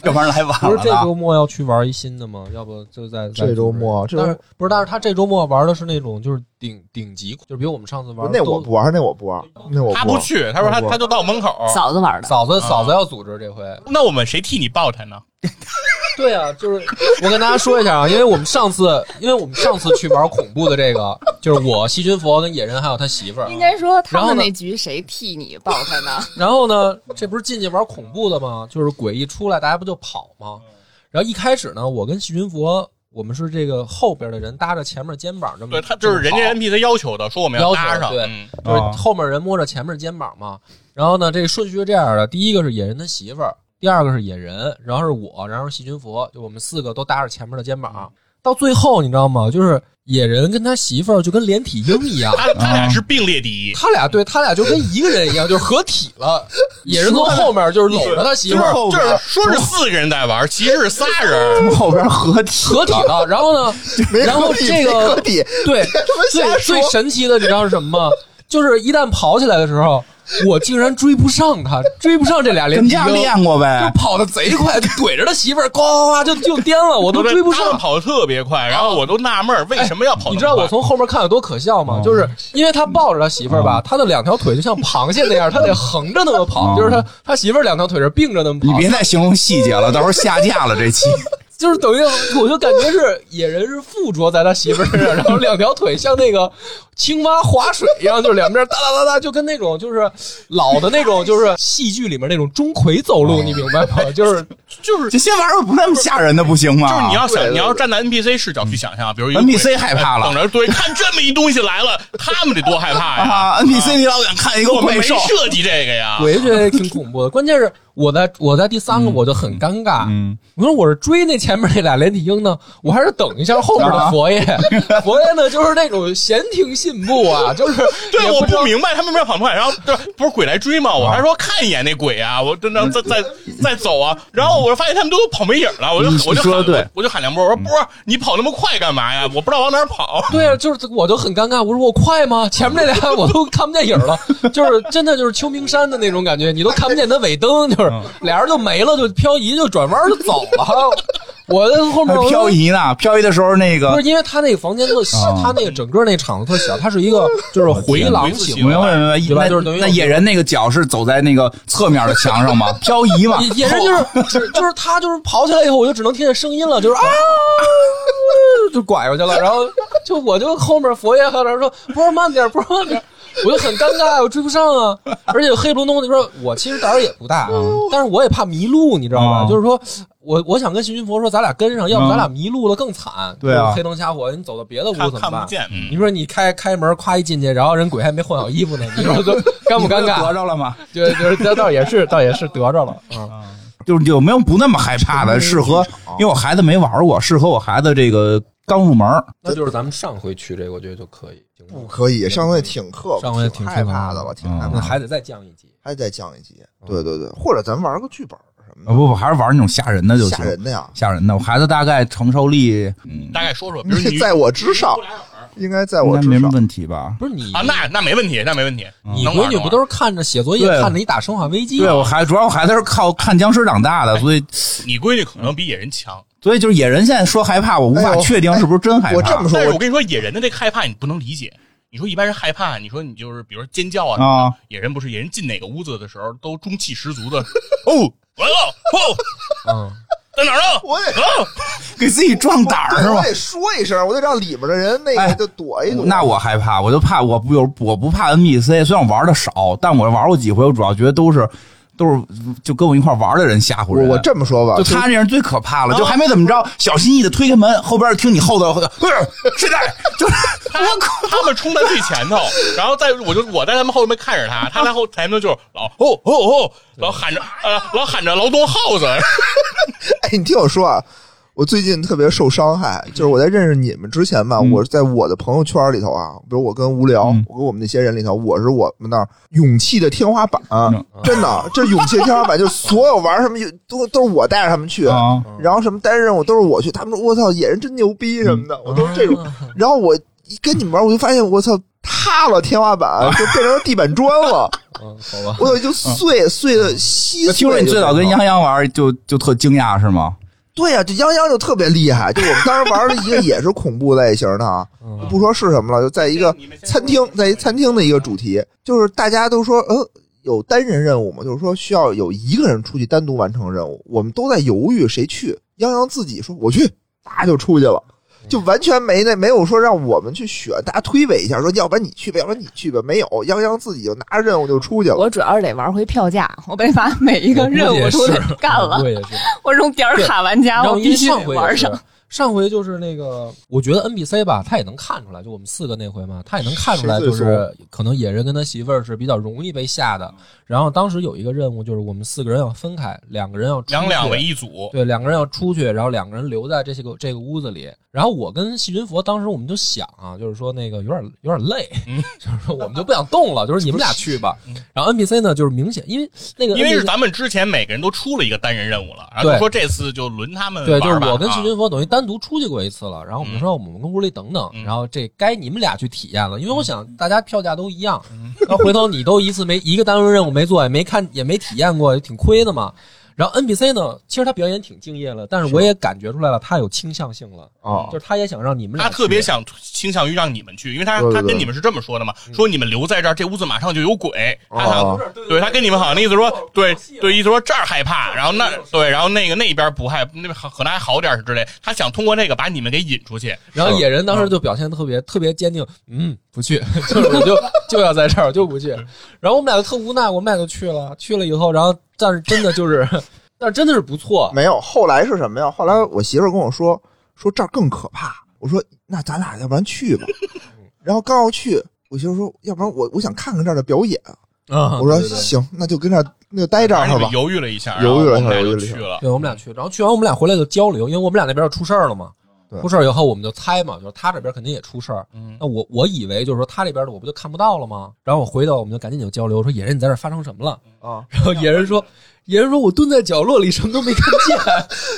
Speaker 5: 要不然来晚
Speaker 1: 不是
Speaker 5: 了
Speaker 1: 这
Speaker 5: 呢。
Speaker 1: 周末要去玩一新的吗？要不就在
Speaker 3: 这周末这周
Speaker 1: 但是不是？但是他这周末玩的是那种就是顶顶级，就比如我们上次玩
Speaker 3: 那
Speaker 1: 都
Speaker 3: 我不玩，那我不玩，那我
Speaker 2: 他
Speaker 3: 玩
Speaker 2: 不。去，他说他
Speaker 3: 我
Speaker 2: 他就到门口，
Speaker 4: 嫂子玩
Speaker 1: 哦
Speaker 4: 的，
Speaker 1: 嫂子嫂子要组织这回。
Speaker 2: 那我们谁替你抱他呢？
Speaker 1: 对啊，就是我跟大家说一下啊，因为我们上次，因为我们上次去玩恐怖的这个，就是我细菌佛跟野人还有他媳妇儿，
Speaker 4: 应该说他
Speaker 1: 然后
Speaker 4: 们
Speaker 1: 呢
Speaker 4: 那局谁替你抱他呢？
Speaker 1: 然后呢，这不是进去玩恐怖的吗？就是鬼一出来，大家不就跑吗？然后一开始呢，我跟细菌佛，我们是这个后边的人搭着前面肩膀这么，
Speaker 2: 对他就是人家
Speaker 1: 这么
Speaker 2: NPC 要求的，说我们
Speaker 1: 要
Speaker 2: 要
Speaker 1: 求
Speaker 2: 搭上，
Speaker 1: 对
Speaker 2: 嗯
Speaker 1: 跑就是后面人摸着前面肩膀嘛。然后呢，这个顺序是这样的：第一个是野人他媳妇儿，第二个是野人，然后是我，然后是细菌佛，就我们四个都搭着前面的肩膀。到最后你知道吗？就是野人跟他媳妇儿就跟连体婴一 样，
Speaker 2: 他他俩是并 列第一，
Speaker 1: 他俩对他俩就跟一个人一样，就是合体了。野人从后面就是搂着他媳妇儿，
Speaker 2: 就是说是四个人在玩，其实是仨人，
Speaker 3: 从后边合体，
Speaker 1: 合体了，然后呢，
Speaker 3: 没
Speaker 1: 然后
Speaker 3: 合体
Speaker 1: 这
Speaker 3: 没
Speaker 1: 个
Speaker 3: 合体，
Speaker 1: 对
Speaker 3: 别他妈瞎
Speaker 1: 最
Speaker 3: 说
Speaker 1: 最神奇的你知道是什么吗？就是一旦跑起来的时候，我竟然追不上他，追不上这俩连
Speaker 5: 你
Speaker 1: 体
Speaker 5: 这样
Speaker 1: 婴，
Speaker 5: 练过
Speaker 1: 就
Speaker 2: 哎
Speaker 5: 呗？
Speaker 1: 跑的贼快，就怼着他媳妇儿，呱呱呱就就颠了， 我都追不
Speaker 2: 他们
Speaker 1: 上。哦
Speaker 2: 跑的特别快，然后我都纳闷儿为什么要跑那么快。嗯
Speaker 1: 你知道我从后面看有多可笑吗？就是因为他抱着他媳妇儿吧，他的两条腿就像螃蟹那样，他得横着那么跑，
Speaker 5: 嗯
Speaker 1: 就是他他媳妇儿两条腿是并着那么跑
Speaker 5: 你。别再形容细节了，到时候下架了这期。
Speaker 1: 就是等于我就感觉是野人是附着在他媳妇儿身上，然后两条腿像那个青蛙划水一样，就是两边哒哒哒哒，就跟那种就是老的那种就是戏剧里面那种钟馗走路，
Speaker 2: 嗯
Speaker 1: 你明白吗？就是
Speaker 2: 就是
Speaker 5: 这些玩意儿不那么吓人的不行吗？
Speaker 2: 就是你要
Speaker 3: 对对
Speaker 2: 想，
Speaker 3: 对
Speaker 2: 你要站在 NPC 视角去想象，比如一个
Speaker 5: NPC
Speaker 2: 鬼
Speaker 5: 害怕了
Speaker 2: 等着对， 看这么一东西来了，他们得多害怕呀！
Speaker 5: 啊，NPC 你老远看一个
Speaker 2: 我们
Speaker 5: 怪
Speaker 2: 没
Speaker 5: 兽，
Speaker 2: 设计这个呀，
Speaker 1: 我也觉得也挺恐怖的。关键是我在我在第三个我就很尴尬，
Speaker 5: 嗯
Speaker 1: 我说我是追那前面那俩连体婴呢，我还是等一下后面 的佛爷。佛爷呢就是那种闲庭信步啊，就是
Speaker 2: 对，
Speaker 1: 也
Speaker 2: 我
Speaker 1: 知道
Speaker 2: 不明白他们为什么跑那么快，然后这不是鬼来追吗？我还说看一眼那鬼啊，我真的在在在走啊，然后我就发现他们都跑没影了，我就
Speaker 3: 你
Speaker 2: 我就
Speaker 3: 你说
Speaker 2: 喊
Speaker 3: 得对
Speaker 2: 我就喊梁波，我说波儿，你跑那么快干嘛呀？我不知道往哪儿跑。
Speaker 1: 对啊，就是我就很尴尬。我说我快吗？前面那俩我都看不见影儿了，就是真的就是秋名山的那种感觉，你都看不见他尾灯，就是
Speaker 5: 嗯
Speaker 1: 俩人就没了，就漂移，就转弯就走了。我在后
Speaker 5: 还
Speaker 1: 面我说
Speaker 5: 漂移呢，漂移的时候那
Speaker 1: 不
Speaker 5: 个
Speaker 1: 是因为他那个房间特小，
Speaker 5: 啊哦
Speaker 1: 他那个整个那场子特小，它是一个就是回廊
Speaker 2: 不是
Speaker 1: 型
Speaker 5: 明。白明白
Speaker 1: 对吧
Speaker 5: 那
Speaker 1: 就是等于
Speaker 5: 那野人那个脚是走在那个侧面的墙上嘛，漂 移嘛，
Speaker 1: 野野人就是只就是他就是跑起来以后，我就只能听见声音了，就是啊，就拐过去了。然后就我就后面佛爷还在那说波儿慢点儿，波儿慢点儿。我就很尴尬，我追不上啊！而且黑龙洞那边，我其实胆儿也不大，啊但是我也怕迷路，你知道吧？
Speaker 5: 嗯
Speaker 1: 就是说我我想跟徐云佛说，咱俩跟上，要不
Speaker 5: 嗯
Speaker 1: 咱俩迷路了更惨。
Speaker 5: 对啊
Speaker 1: 就是黑灯瞎火，你走到别的屋
Speaker 2: 看
Speaker 1: 怎么
Speaker 2: 看
Speaker 1: 办？
Speaker 2: 不见，嗯
Speaker 1: 你说你开开门，夸一进去，然后人鬼还没换好衣服呢，你说这尴不尴
Speaker 5: 你得
Speaker 1: 尬？
Speaker 5: 着了吗？
Speaker 1: 就就是这倒也是，倒也是得着了啊。
Speaker 5: 就是有没有不那么害怕的，适合，因为我孩子没玩过，适合我孩子这个刚入门儿。
Speaker 1: 那就是咱们上回去这个，我觉得就可以。
Speaker 3: 不可以，上回挺克，
Speaker 1: 嗯上回挺
Speaker 3: 害
Speaker 1: 克
Speaker 3: 怕
Speaker 1: 的
Speaker 3: 的了，挺
Speaker 5: 嗯
Speaker 3: 害
Speaker 1: 那
Speaker 3: 怕
Speaker 1: 还得
Speaker 3: 的，
Speaker 1: 再降一级。
Speaker 3: 还得再降一级。对对对，或者咱玩个剧本什
Speaker 5: 呃，
Speaker 3: 么
Speaker 5: 不不，还是玩那种吓人的
Speaker 3: 的，
Speaker 5: 就行
Speaker 3: 吓，人的呀。
Speaker 5: 吓人的。我孩子大概承受力，嗯，
Speaker 2: 大概说 说，比如你
Speaker 3: 在我之上，应该在
Speaker 5: 应
Speaker 3: 我
Speaker 5: 该
Speaker 3: 之
Speaker 5: 没什么
Speaker 3: 上。
Speaker 5: 问题吧？
Speaker 1: 不是你
Speaker 2: 啊，那那没问题，那没问题。
Speaker 1: 嗯你
Speaker 2: 能
Speaker 1: 闺
Speaker 2: 玩
Speaker 1: 女
Speaker 2: 能
Speaker 1: 不
Speaker 2: 玩啊
Speaker 1: 都是看着写作业，
Speaker 5: 对
Speaker 1: 看着你打《生化
Speaker 3: 哎
Speaker 1: 危机》
Speaker 5: 对我
Speaker 1: 吗？
Speaker 5: 孩主要我孩子是靠看僵尸长大的，所以
Speaker 2: 你闺女可能比野人强，
Speaker 5: 所以就是野人现在说害怕，我无
Speaker 3: 哎
Speaker 5: 法
Speaker 3: 呦
Speaker 5: 确定是不是真害怕。
Speaker 3: 我这么说
Speaker 2: 但，是我
Speaker 3: 我
Speaker 2: 跟你说，野人的这个害怕你不能理解。你说一般人害怕，你说你就是比如说尖叫啊，
Speaker 5: 啊，
Speaker 2: 野人不是野人进哪个屋子的时候都中气十足的，哦，完了，哦，
Speaker 1: 嗯，
Speaker 2: 在哪儿呢？
Speaker 3: 我也
Speaker 2: 哦，
Speaker 5: 给自己壮胆儿是
Speaker 3: 对
Speaker 5: 吧
Speaker 3: 我？得说一声，我得让里边的人那
Speaker 5: 哎
Speaker 3: 个就躲一躲。
Speaker 5: 那我害怕，我就怕我不有我不怕 NPC，虽然我玩的少，但我玩过几回，我主要觉得都是都是就跟我一块玩的人吓唬
Speaker 3: 我
Speaker 5: 人。
Speaker 3: 我这么说吧，
Speaker 5: 就
Speaker 3: 就
Speaker 5: 他这样最可怕了，
Speaker 2: 啊
Speaker 5: 就还没怎么着，小心翼翼的推开门，后边听你后头，不是谁在？就是
Speaker 2: 他他们冲在最前头，然后在我就我在他们后面看着他，他在后前头就是老哦哦哦，老喊着呃老喊着劳动耗子，
Speaker 3: 哎，你听我说啊，我最近特别受伤害，就是我在认识你们之前
Speaker 5: 嗯
Speaker 3: 吧，我在我的朋友圈里头啊，比如我跟无聊，我跟我们那些人里头，我是我们那儿勇气的天花板，啊
Speaker 5: 嗯
Speaker 3: 真的，这勇气的天花板，就是所有玩什么都都是我带着他们去。
Speaker 5: 啊，
Speaker 3: 然后什么单任务都是我去，他们说我操野人真牛逼什
Speaker 5: 嗯
Speaker 3: 么的，我都是
Speaker 1: 嗯
Speaker 3: 这种。然后我一跟你们玩，我就发现我操塌了天花板，就变成地板砖 了，
Speaker 1: 嗯，好 吧。
Speaker 3: 我就碎碎的稀
Speaker 5: 我
Speaker 3: 碎。
Speaker 5: 听说你最早跟
Speaker 3: 洋。
Speaker 5: 杨洋玩就就特惊讶是吗？
Speaker 3: 对啊呀、这泱泱就特别厉害，就我们当时玩的一个也是恐怖类型的啊，
Speaker 1: 嗯
Speaker 3: 不说是什么了，就在一个餐厅，在一餐厅的一个主题，就是大家都说，呃，有单人任务嘛，就是说需要有一个人出去单独完成任务，我们都在犹豫谁去，泱泱自己说我去，啪就出去了。就完全没那没有说让我们去选，大家推诿一下说，要不然你去吧，要不然你去吧，没有，泱泱自己就拿着任务就出去了。
Speaker 4: 我主要是得玩回票价，我得把每一个任务都得干了。
Speaker 1: 我也是。
Speaker 4: 我这种点儿卡玩家，
Speaker 1: 然后
Speaker 4: 我
Speaker 1: 因为
Speaker 4: 必须
Speaker 1: 上
Speaker 4: 得
Speaker 1: 回也
Speaker 4: 玩
Speaker 1: 是
Speaker 4: 上。
Speaker 1: 上回就是那个，我觉得 NPC 吧，他也能看出来，就我们四个那回嘛，他也能看出来，
Speaker 3: 谁
Speaker 1: 就
Speaker 3: 最
Speaker 1: 是可能野人跟他媳妇儿是比较容易被吓的。然后当时有一个任务，就是我们四个人要分开，两个人要出
Speaker 2: 两两
Speaker 1: 去
Speaker 2: 为一组，
Speaker 1: 对，两个人要出去，然后两个人留在这些个这个屋子里。然后我跟细菌佛当时我们就想啊，就是说那个有点有点累，
Speaker 2: 嗯
Speaker 1: 就是说我们就不想动了，就是你们俩去吧。然后 NPC 呢，就是明显因为那个
Speaker 2: 因为是
Speaker 1: NPC
Speaker 2: 咱们之前每个人都出了一个单人任务了，然后
Speaker 1: 对
Speaker 2: 就说这次就轮他们
Speaker 1: 对，就
Speaker 2: 玩
Speaker 1: 是
Speaker 2: 吧
Speaker 1: 我跟
Speaker 2: 啊
Speaker 1: 细菌佛等于单独出去过一次了。然后我们
Speaker 2: 嗯
Speaker 1: 说我们跟屋里等等，
Speaker 2: 嗯
Speaker 1: 然后这该你们俩去体验了，因为我想大家票价都一
Speaker 2: 嗯
Speaker 1: 样，然后回头你都一次没一个单位任务没做，也没看也没体验过，也挺亏的嘛。然后 NPC 呢，其实他表演挺敬业了，但是我也感觉出来了，他有倾向性了，
Speaker 3: 啊
Speaker 1: 就是他也想让你们俩
Speaker 2: 哦他
Speaker 1: 去。
Speaker 2: 特别想倾向于让你们去，因为他
Speaker 3: 对对
Speaker 2: 他跟
Speaker 3: 对
Speaker 2: 你们是这么说的嘛，说你们留在这儿，这屋子马上就有鬼。他
Speaker 3: 啊
Speaker 2: 想，对他跟你们好像那意思说，对对，意思说这儿害怕，然后那对，然后那个那边不害，那边可能还好点儿之类。他想通过这个把你们给引出去。
Speaker 1: 然后野人当时就表现特别、特别坚定，嗯，不去， 就是我就就要在这儿，我就不去。然后我们俩就特无奈，我们俩就去了。去了以后，然后但是真的就是， 但是真的是不错，
Speaker 3: 没有，后来是什么呀？后来我媳妇儿跟我说，说这儿更可怕。我说那咱俩要不 然去吧。然后刚要去，我媳妇儿说，要不然我我想看看这儿的表演。
Speaker 1: 啊
Speaker 3: 我说行，那就跟这儿那就待这
Speaker 2: 然
Speaker 3: 儿
Speaker 2: 后你
Speaker 3: 吧
Speaker 2: 们。犹豫了一下，
Speaker 3: 犹豫了一
Speaker 2: 然后我
Speaker 3: 下
Speaker 2: 们俩
Speaker 3: 犹豫
Speaker 2: 就
Speaker 3: 了一
Speaker 2: 去
Speaker 3: 下
Speaker 2: 了。
Speaker 1: 对，我们俩去，然后去完我们俩回来就交流，因为我们俩那边要出事儿了嘛
Speaker 3: 对。
Speaker 1: 出事儿以后，我们就猜嘛，就是他这边肯定也出事儿。
Speaker 2: 嗯，
Speaker 1: 那我我以为就是说他这边的我不就看不到了吗？然后我回头我们就赶紧就交流，说野人你在这儿发生什么了？
Speaker 3: 啊，
Speaker 1: 然后野人说，野人说我蹲在角落里什么都没看见。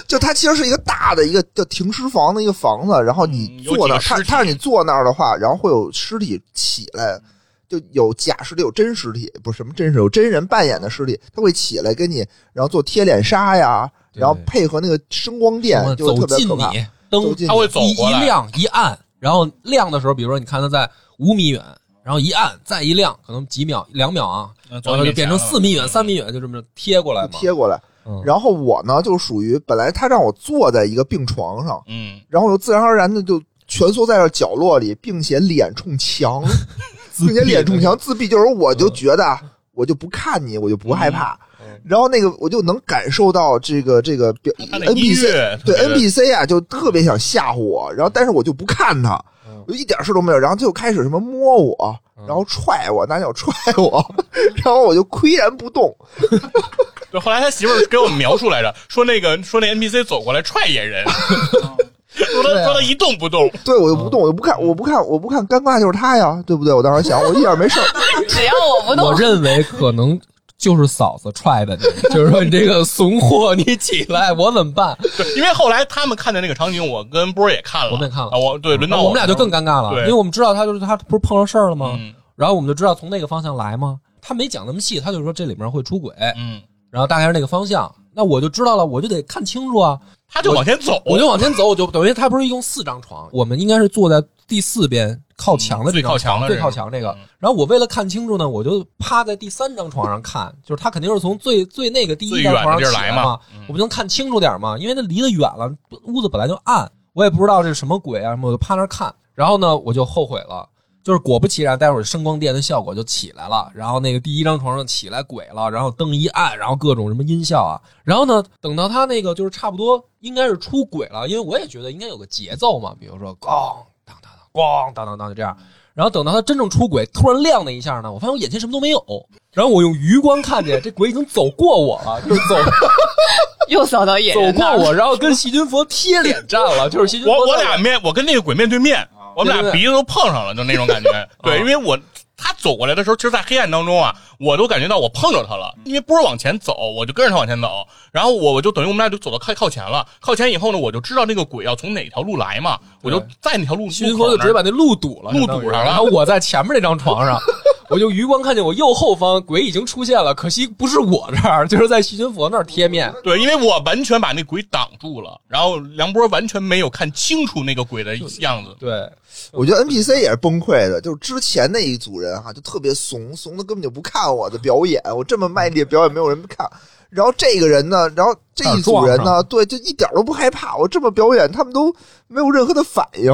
Speaker 3: 就它其实是一个大的一个叫停尸房的一个房子，然后你
Speaker 2: 嗯有
Speaker 3: 坐那儿，
Speaker 2: 几个尸
Speaker 3: 它
Speaker 2: 体
Speaker 3: 它让你坐那儿的话，然后会有尸体起来，就有假尸体，有真尸体，不是什么真尸体，有真人扮演的尸体，它会起来跟你，然后做贴脸杀呀，
Speaker 1: 对
Speaker 3: 然后配合那个声光电，就
Speaker 1: 走
Speaker 3: 特别
Speaker 1: 近
Speaker 3: 可怕。
Speaker 1: 你，灯
Speaker 3: 走近
Speaker 2: 他会走
Speaker 1: 一
Speaker 2: 过
Speaker 1: 一
Speaker 2: 来，
Speaker 1: 亮一暗，然后亮的时候，比如说你看它在五米远，然后一暗再一亮，可能几秒两秒啊，
Speaker 2: 嗯
Speaker 1: 然后就变成四米远、三米远，就这么贴过来
Speaker 3: 就
Speaker 1: 嘛。
Speaker 3: 贴过来，
Speaker 1: 嗯
Speaker 3: 然后我呢就属于本来他让我坐在一个病床上，
Speaker 2: 嗯，
Speaker 3: 然后我就自然而然的就蜷缩在这角落里，并且脸 冲墙，并且脸冲墙自闭，就是我就觉
Speaker 2: 嗯
Speaker 3: 得啊我就不看你，我就不害怕。然后那个我就能感受到这个这个表
Speaker 2: 他的音
Speaker 3: NPC
Speaker 2: 乐
Speaker 3: 对
Speaker 2: 特别
Speaker 3: NPC 啊，就特别想吓唬我，然后但是我就不看他，
Speaker 2: 嗯
Speaker 3: 我就一点事都没有，然后他就开始什么摸我，然后踹我，拿脚踹我， 然后我就岿然不动，
Speaker 2: 对，后来他媳妇儿给我们描述来着，说那个说那 NPC 走过来踹野 人，说
Speaker 3: 啊
Speaker 2: 他说他一动不动，
Speaker 3: 对我就不动，我就不看，我不看，我不看，尴尬就是他呀，对不对？我当时想，我一点没事儿，
Speaker 4: 只要我不
Speaker 1: 我
Speaker 4: 动，
Speaker 1: 认为可能就是嫂子踹的你，就是说你这个怂货，你起来，我怎么办？
Speaker 2: 对，因为后来他们看的那个场景，我跟波儿也看了，
Speaker 1: 我们也看了
Speaker 2: 啊我对，轮到
Speaker 1: 那我们俩就更尴尬了，
Speaker 2: 对
Speaker 1: 因为我们知道他就是他不是碰上事儿了吗？
Speaker 2: 嗯
Speaker 1: 然后我们就知道从那个方向来吗？他没讲那么细，他就说这里面会出轨，
Speaker 2: 嗯，
Speaker 1: 然后大概是那个方向。那我就知道了，我就得看清楚啊。
Speaker 2: 他就往前走，
Speaker 1: 我就往前走，我就等于他不是一共四张床，我们应该是坐在第四边靠墙的
Speaker 2: 嗯
Speaker 1: 这
Speaker 2: 最
Speaker 1: 张
Speaker 2: 靠墙
Speaker 1: 床，
Speaker 2: 的
Speaker 1: 最
Speaker 2: 这
Speaker 1: 靠
Speaker 2: 种
Speaker 1: 墙这个
Speaker 2: 嗯。
Speaker 1: 然后我为了看清楚呢，我就趴在第三张床上看，就是他肯定是从最最那个第一
Speaker 2: 最
Speaker 1: 张
Speaker 2: 远
Speaker 1: 床
Speaker 2: 的
Speaker 1: 上
Speaker 2: 地儿
Speaker 1: 起
Speaker 2: 来
Speaker 1: 嘛
Speaker 2: 嘛，嗯
Speaker 1: 我不能看清楚点嘛，因为它离得远了，屋子本来就暗，我也不知道这是什么鬼啊什么，我就趴那儿看。然后呢，我就后悔了。就是果不其然，待会儿声光电的效果就起来了，然后那个第一张床上起来鬼了，然后灯一暗，然后各种什么音效啊，然后呢，等到他那个就是差不多应该是出轨了，因为我也觉得应该有个节奏嘛，比如说咣当当当咣当当当就这样，然后等到他真正出轨，突然亮了一下呢，我发现我眼前什么都没有，然后我用余光看见这鬼已经走过我了，就是 走
Speaker 4: 又扫到野
Speaker 1: 走
Speaker 4: 人那
Speaker 1: 过
Speaker 4: 儿了。
Speaker 1: 我，然后跟细菌佛贴脸战了，就是细菌佛
Speaker 2: 我我
Speaker 1: 在
Speaker 2: 俩面，我跟那个鬼面对面，我
Speaker 1: 对
Speaker 2: 们
Speaker 1: 对
Speaker 2: 俩
Speaker 1: 对啊
Speaker 2: 鼻子都碰上了，就那种感觉。 对，因为我他走过来的时候，其实，在黑暗当中啊，我都感觉到我碰着他了，因为波儿往前走，我就跟着他往前走，然后我我就等于我们俩就走到靠靠前了，靠前以后呢，我就知道那个鬼要从哪条路来嘛，我就在那条路
Speaker 1: 徐云
Speaker 2: 路
Speaker 1: 佛
Speaker 2: 口
Speaker 1: 就
Speaker 2: 那
Speaker 1: 直接
Speaker 2: 儿。
Speaker 1: 把那路堵了，
Speaker 2: 路
Speaker 1: 相当于
Speaker 2: 堵上了
Speaker 1: 然后我在前面那张床上，我就余光看见我右后方鬼已经出现了，可惜不是我这儿，就是在徐云佛那儿贴面。
Speaker 2: 对，因为我完全把那鬼挡住了，然后梁波完全没有看清楚那个鬼的样子。
Speaker 1: 对，
Speaker 3: 我觉得 NPC 也是崩溃的，就是之前那一组人哈、就特别怂，怂的根本就不看我的表演，我这么卖力的表演没有人看。然后这个人呢，然后这一组人
Speaker 1: 耳朵
Speaker 3: 呢，对，就一点都不害怕，我这么表演，他们都没有任何的反应。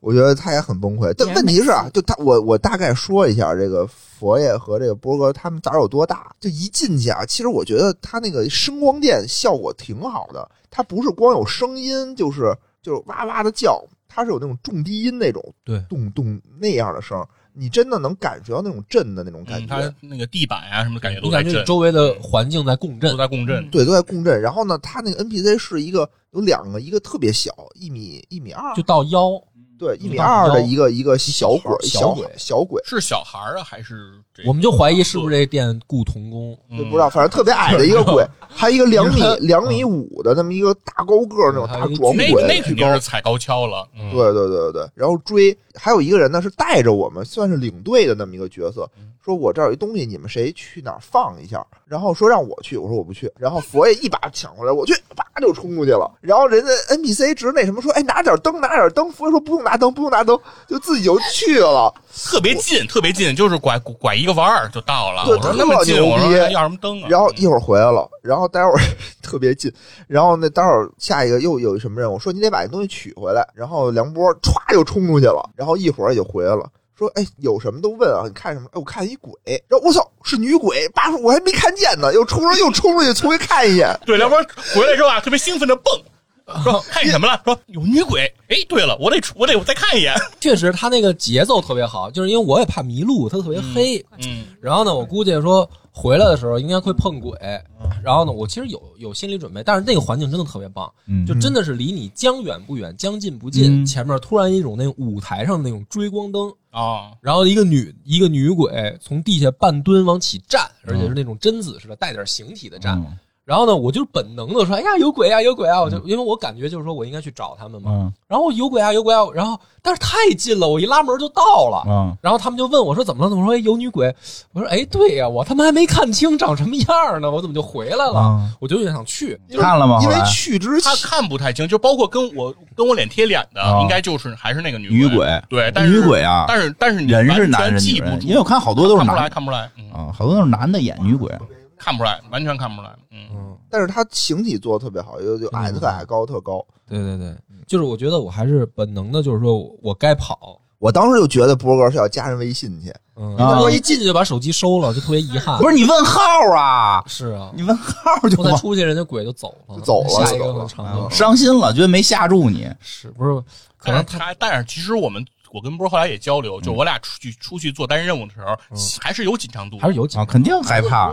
Speaker 3: 我觉得他也很崩溃。但
Speaker 4: 也
Speaker 3: 问题是啊
Speaker 4: 没，
Speaker 3: 就他，我我大概说一下这个佛爷和这个波哥他们胆儿有多大。就一进去啊，其实我觉得他那个声光电效果挺好的，它不是光有声音，就是就是哇哇的叫，它是有那种重低音那种，
Speaker 1: 对
Speaker 3: 咚咚那样的声儿，你真的能感觉到那种震的那种感
Speaker 2: 嗯，
Speaker 3: 觉。
Speaker 2: 他那个地板啊什么感觉
Speaker 1: 你
Speaker 2: 都在
Speaker 1: 感觉
Speaker 2: 震
Speaker 1: 你，周围的环境在共振
Speaker 2: 都。在共振。
Speaker 3: 对，都在共振。然后呢，他那个 NPC 是一个有两个，一个特别小，一米一米二
Speaker 1: 就，到腰，
Speaker 3: 对，一米
Speaker 1: 嗯大
Speaker 3: 二
Speaker 1: 高
Speaker 3: 的一个一个小鬼儿，
Speaker 1: 小
Speaker 3: 小
Speaker 1: 鬼
Speaker 3: 小鬼，
Speaker 2: 是小孩儿啊还是这个？
Speaker 1: 我们就怀疑是不是这店雇童工，
Speaker 2: 嗯
Speaker 3: 就不知道，反正特别矮的一个 鬼，还有一个两米
Speaker 1: 你看
Speaker 3: 两米五的那么一个大高个儿那种
Speaker 1: 嗯还
Speaker 3: 大
Speaker 1: 有一
Speaker 3: 壮
Speaker 2: 那
Speaker 3: 鬼，
Speaker 2: 那
Speaker 3: 巨
Speaker 2: 肯定
Speaker 3: 高
Speaker 2: 是踩高跷了。嗯
Speaker 3: 对对对对对，然后追，还有一个人呢是带着我们，算是领队的那么一个角色，说我这儿有一东西，你们谁去哪儿放一下？然后说让我去，我说我不去，然后佛爷一把抢过来，我去，叭就冲出去了。然后人家 NPC 直那什么说，哎，拿点灯，拿点灯。佛爷说不用拿灯，不用拿灯，就自己就去了。
Speaker 2: 特别近，特别近，就是拐拐一个弯儿就到了。
Speaker 3: 对
Speaker 2: 我说那么近，
Speaker 3: 特牛逼
Speaker 2: 我说要什么灯啊？
Speaker 3: 然后一会儿回来了，然后待会儿 特别近，然后那待会儿下一个又有什么任务，说你得把那东西取回来，然后梁波歘又冲出去了，然后一会儿也就回来了。说哎，有什么都问啊！你看什么？哎，我看一鬼，然后我操，是女鬼！爸说我还没看见呢，又冲出又冲出去重新看一眼。
Speaker 2: 对，梁波回来之后啊，特别兴奋的蹦， 说看见什么了？说有女鬼。哎，对了，我得出我得再看一眼。
Speaker 1: 确实他那个节奏特别好，就是因为我也怕迷路，他特别黑。
Speaker 2: 嗯，
Speaker 1: 然后呢，我估计说回来的时候应该会碰鬼，
Speaker 5: 嗯
Speaker 1: 然后呢，我其实有有心理准备，但是那个环境真的特别棒，
Speaker 5: 嗯
Speaker 1: 就真的是离你将远不远，将近不近，
Speaker 5: 嗯
Speaker 1: 前面突然一种那种舞台上的那种追光灯，
Speaker 2: 哦，
Speaker 1: 然后一个女一个女鬼从地下半蹲往起站，而且是那种贞子似的，带点形体的站。
Speaker 5: 嗯
Speaker 1: 然后呢，我就是本能的说：“哎呀，有鬼啊，有鬼啊！”我就因为我感觉就是说我应该去找他们嘛。
Speaker 5: 嗯
Speaker 1: 然后有鬼啊，有鬼啊！然后但是太近了，我一拉门就到了。
Speaker 5: 嗯，
Speaker 1: 然后他们就问我说：“怎么了？怎么了说、哎、有女鬼？”我说：“哎，对呀、我他妈还没看清长什么样呢，我怎么就回来了？
Speaker 5: 嗯
Speaker 1: 我就有点想去。
Speaker 3: 因为
Speaker 5: 看了吗
Speaker 3: 因为
Speaker 5: 后来
Speaker 3: 去之前
Speaker 2: 他看不太清，就包括跟我跟我脸贴脸的，
Speaker 5: 哦
Speaker 2: 应该就是还是那个女
Speaker 5: 女
Speaker 2: 鬼
Speaker 5: 鬼。
Speaker 2: 对，但是
Speaker 5: 女鬼啊，
Speaker 2: 但是但是你
Speaker 5: 人是
Speaker 2: 完
Speaker 5: 男
Speaker 2: 全
Speaker 5: 人
Speaker 2: 记
Speaker 5: 女
Speaker 2: 不
Speaker 5: 人，
Speaker 2: 住，
Speaker 5: 因为我看好多都是
Speaker 2: 看不出
Speaker 5: 男
Speaker 2: 来，
Speaker 5: 的
Speaker 2: 看不出来，嗯，
Speaker 5: 啊，好多都是男的演女鬼，
Speaker 2: 看不出来，完全看不出来。嗯，
Speaker 1: 嗯，
Speaker 3: 但是他形体做的特别好，又就
Speaker 5: 嗯
Speaker 3: 矮的特矮，高的特高。
Speaker 1: 对对对，就是我觉得我还是本能的，就是说我该跑。
Speaker 3: 我当时就觉得波哥是要加人微信去，
Speaker 1: 嗯，
Speaker 5: 啊
Speaker 1: 但我一进去就把手机收了，就特别遗憾。
Speaker 5: 不是你问号啊，
Speaker 1: 是啊，
Speaker 5: 你问号就啊
Speaker 1: 我再
Speaker 5: 完
Speaker 1: 出去，人家鬼就走了，
Speaker 3: 就走了
Speaker 1: 下一
Speaker 3: 就
Speaker 1: 个
Speaker 3: 走了
Speaker 1: 很长的
Speaker 5: 伤心了，觉得没吓住你，
Speaker 1: 是不是？可
Speaker 2: 但
Speaker 1: 能
Speaker 2: 是
Speaker 5: 啊
Speaker 1: 他嗯
Speaker 2: 他但是其实我们。我跟波儿后来也交流，就我俩出去出去做单人任务的时候，还是有紧张度的，
Speaker 1: 还是有紧
Speaker 5: 啊，肯定害怕。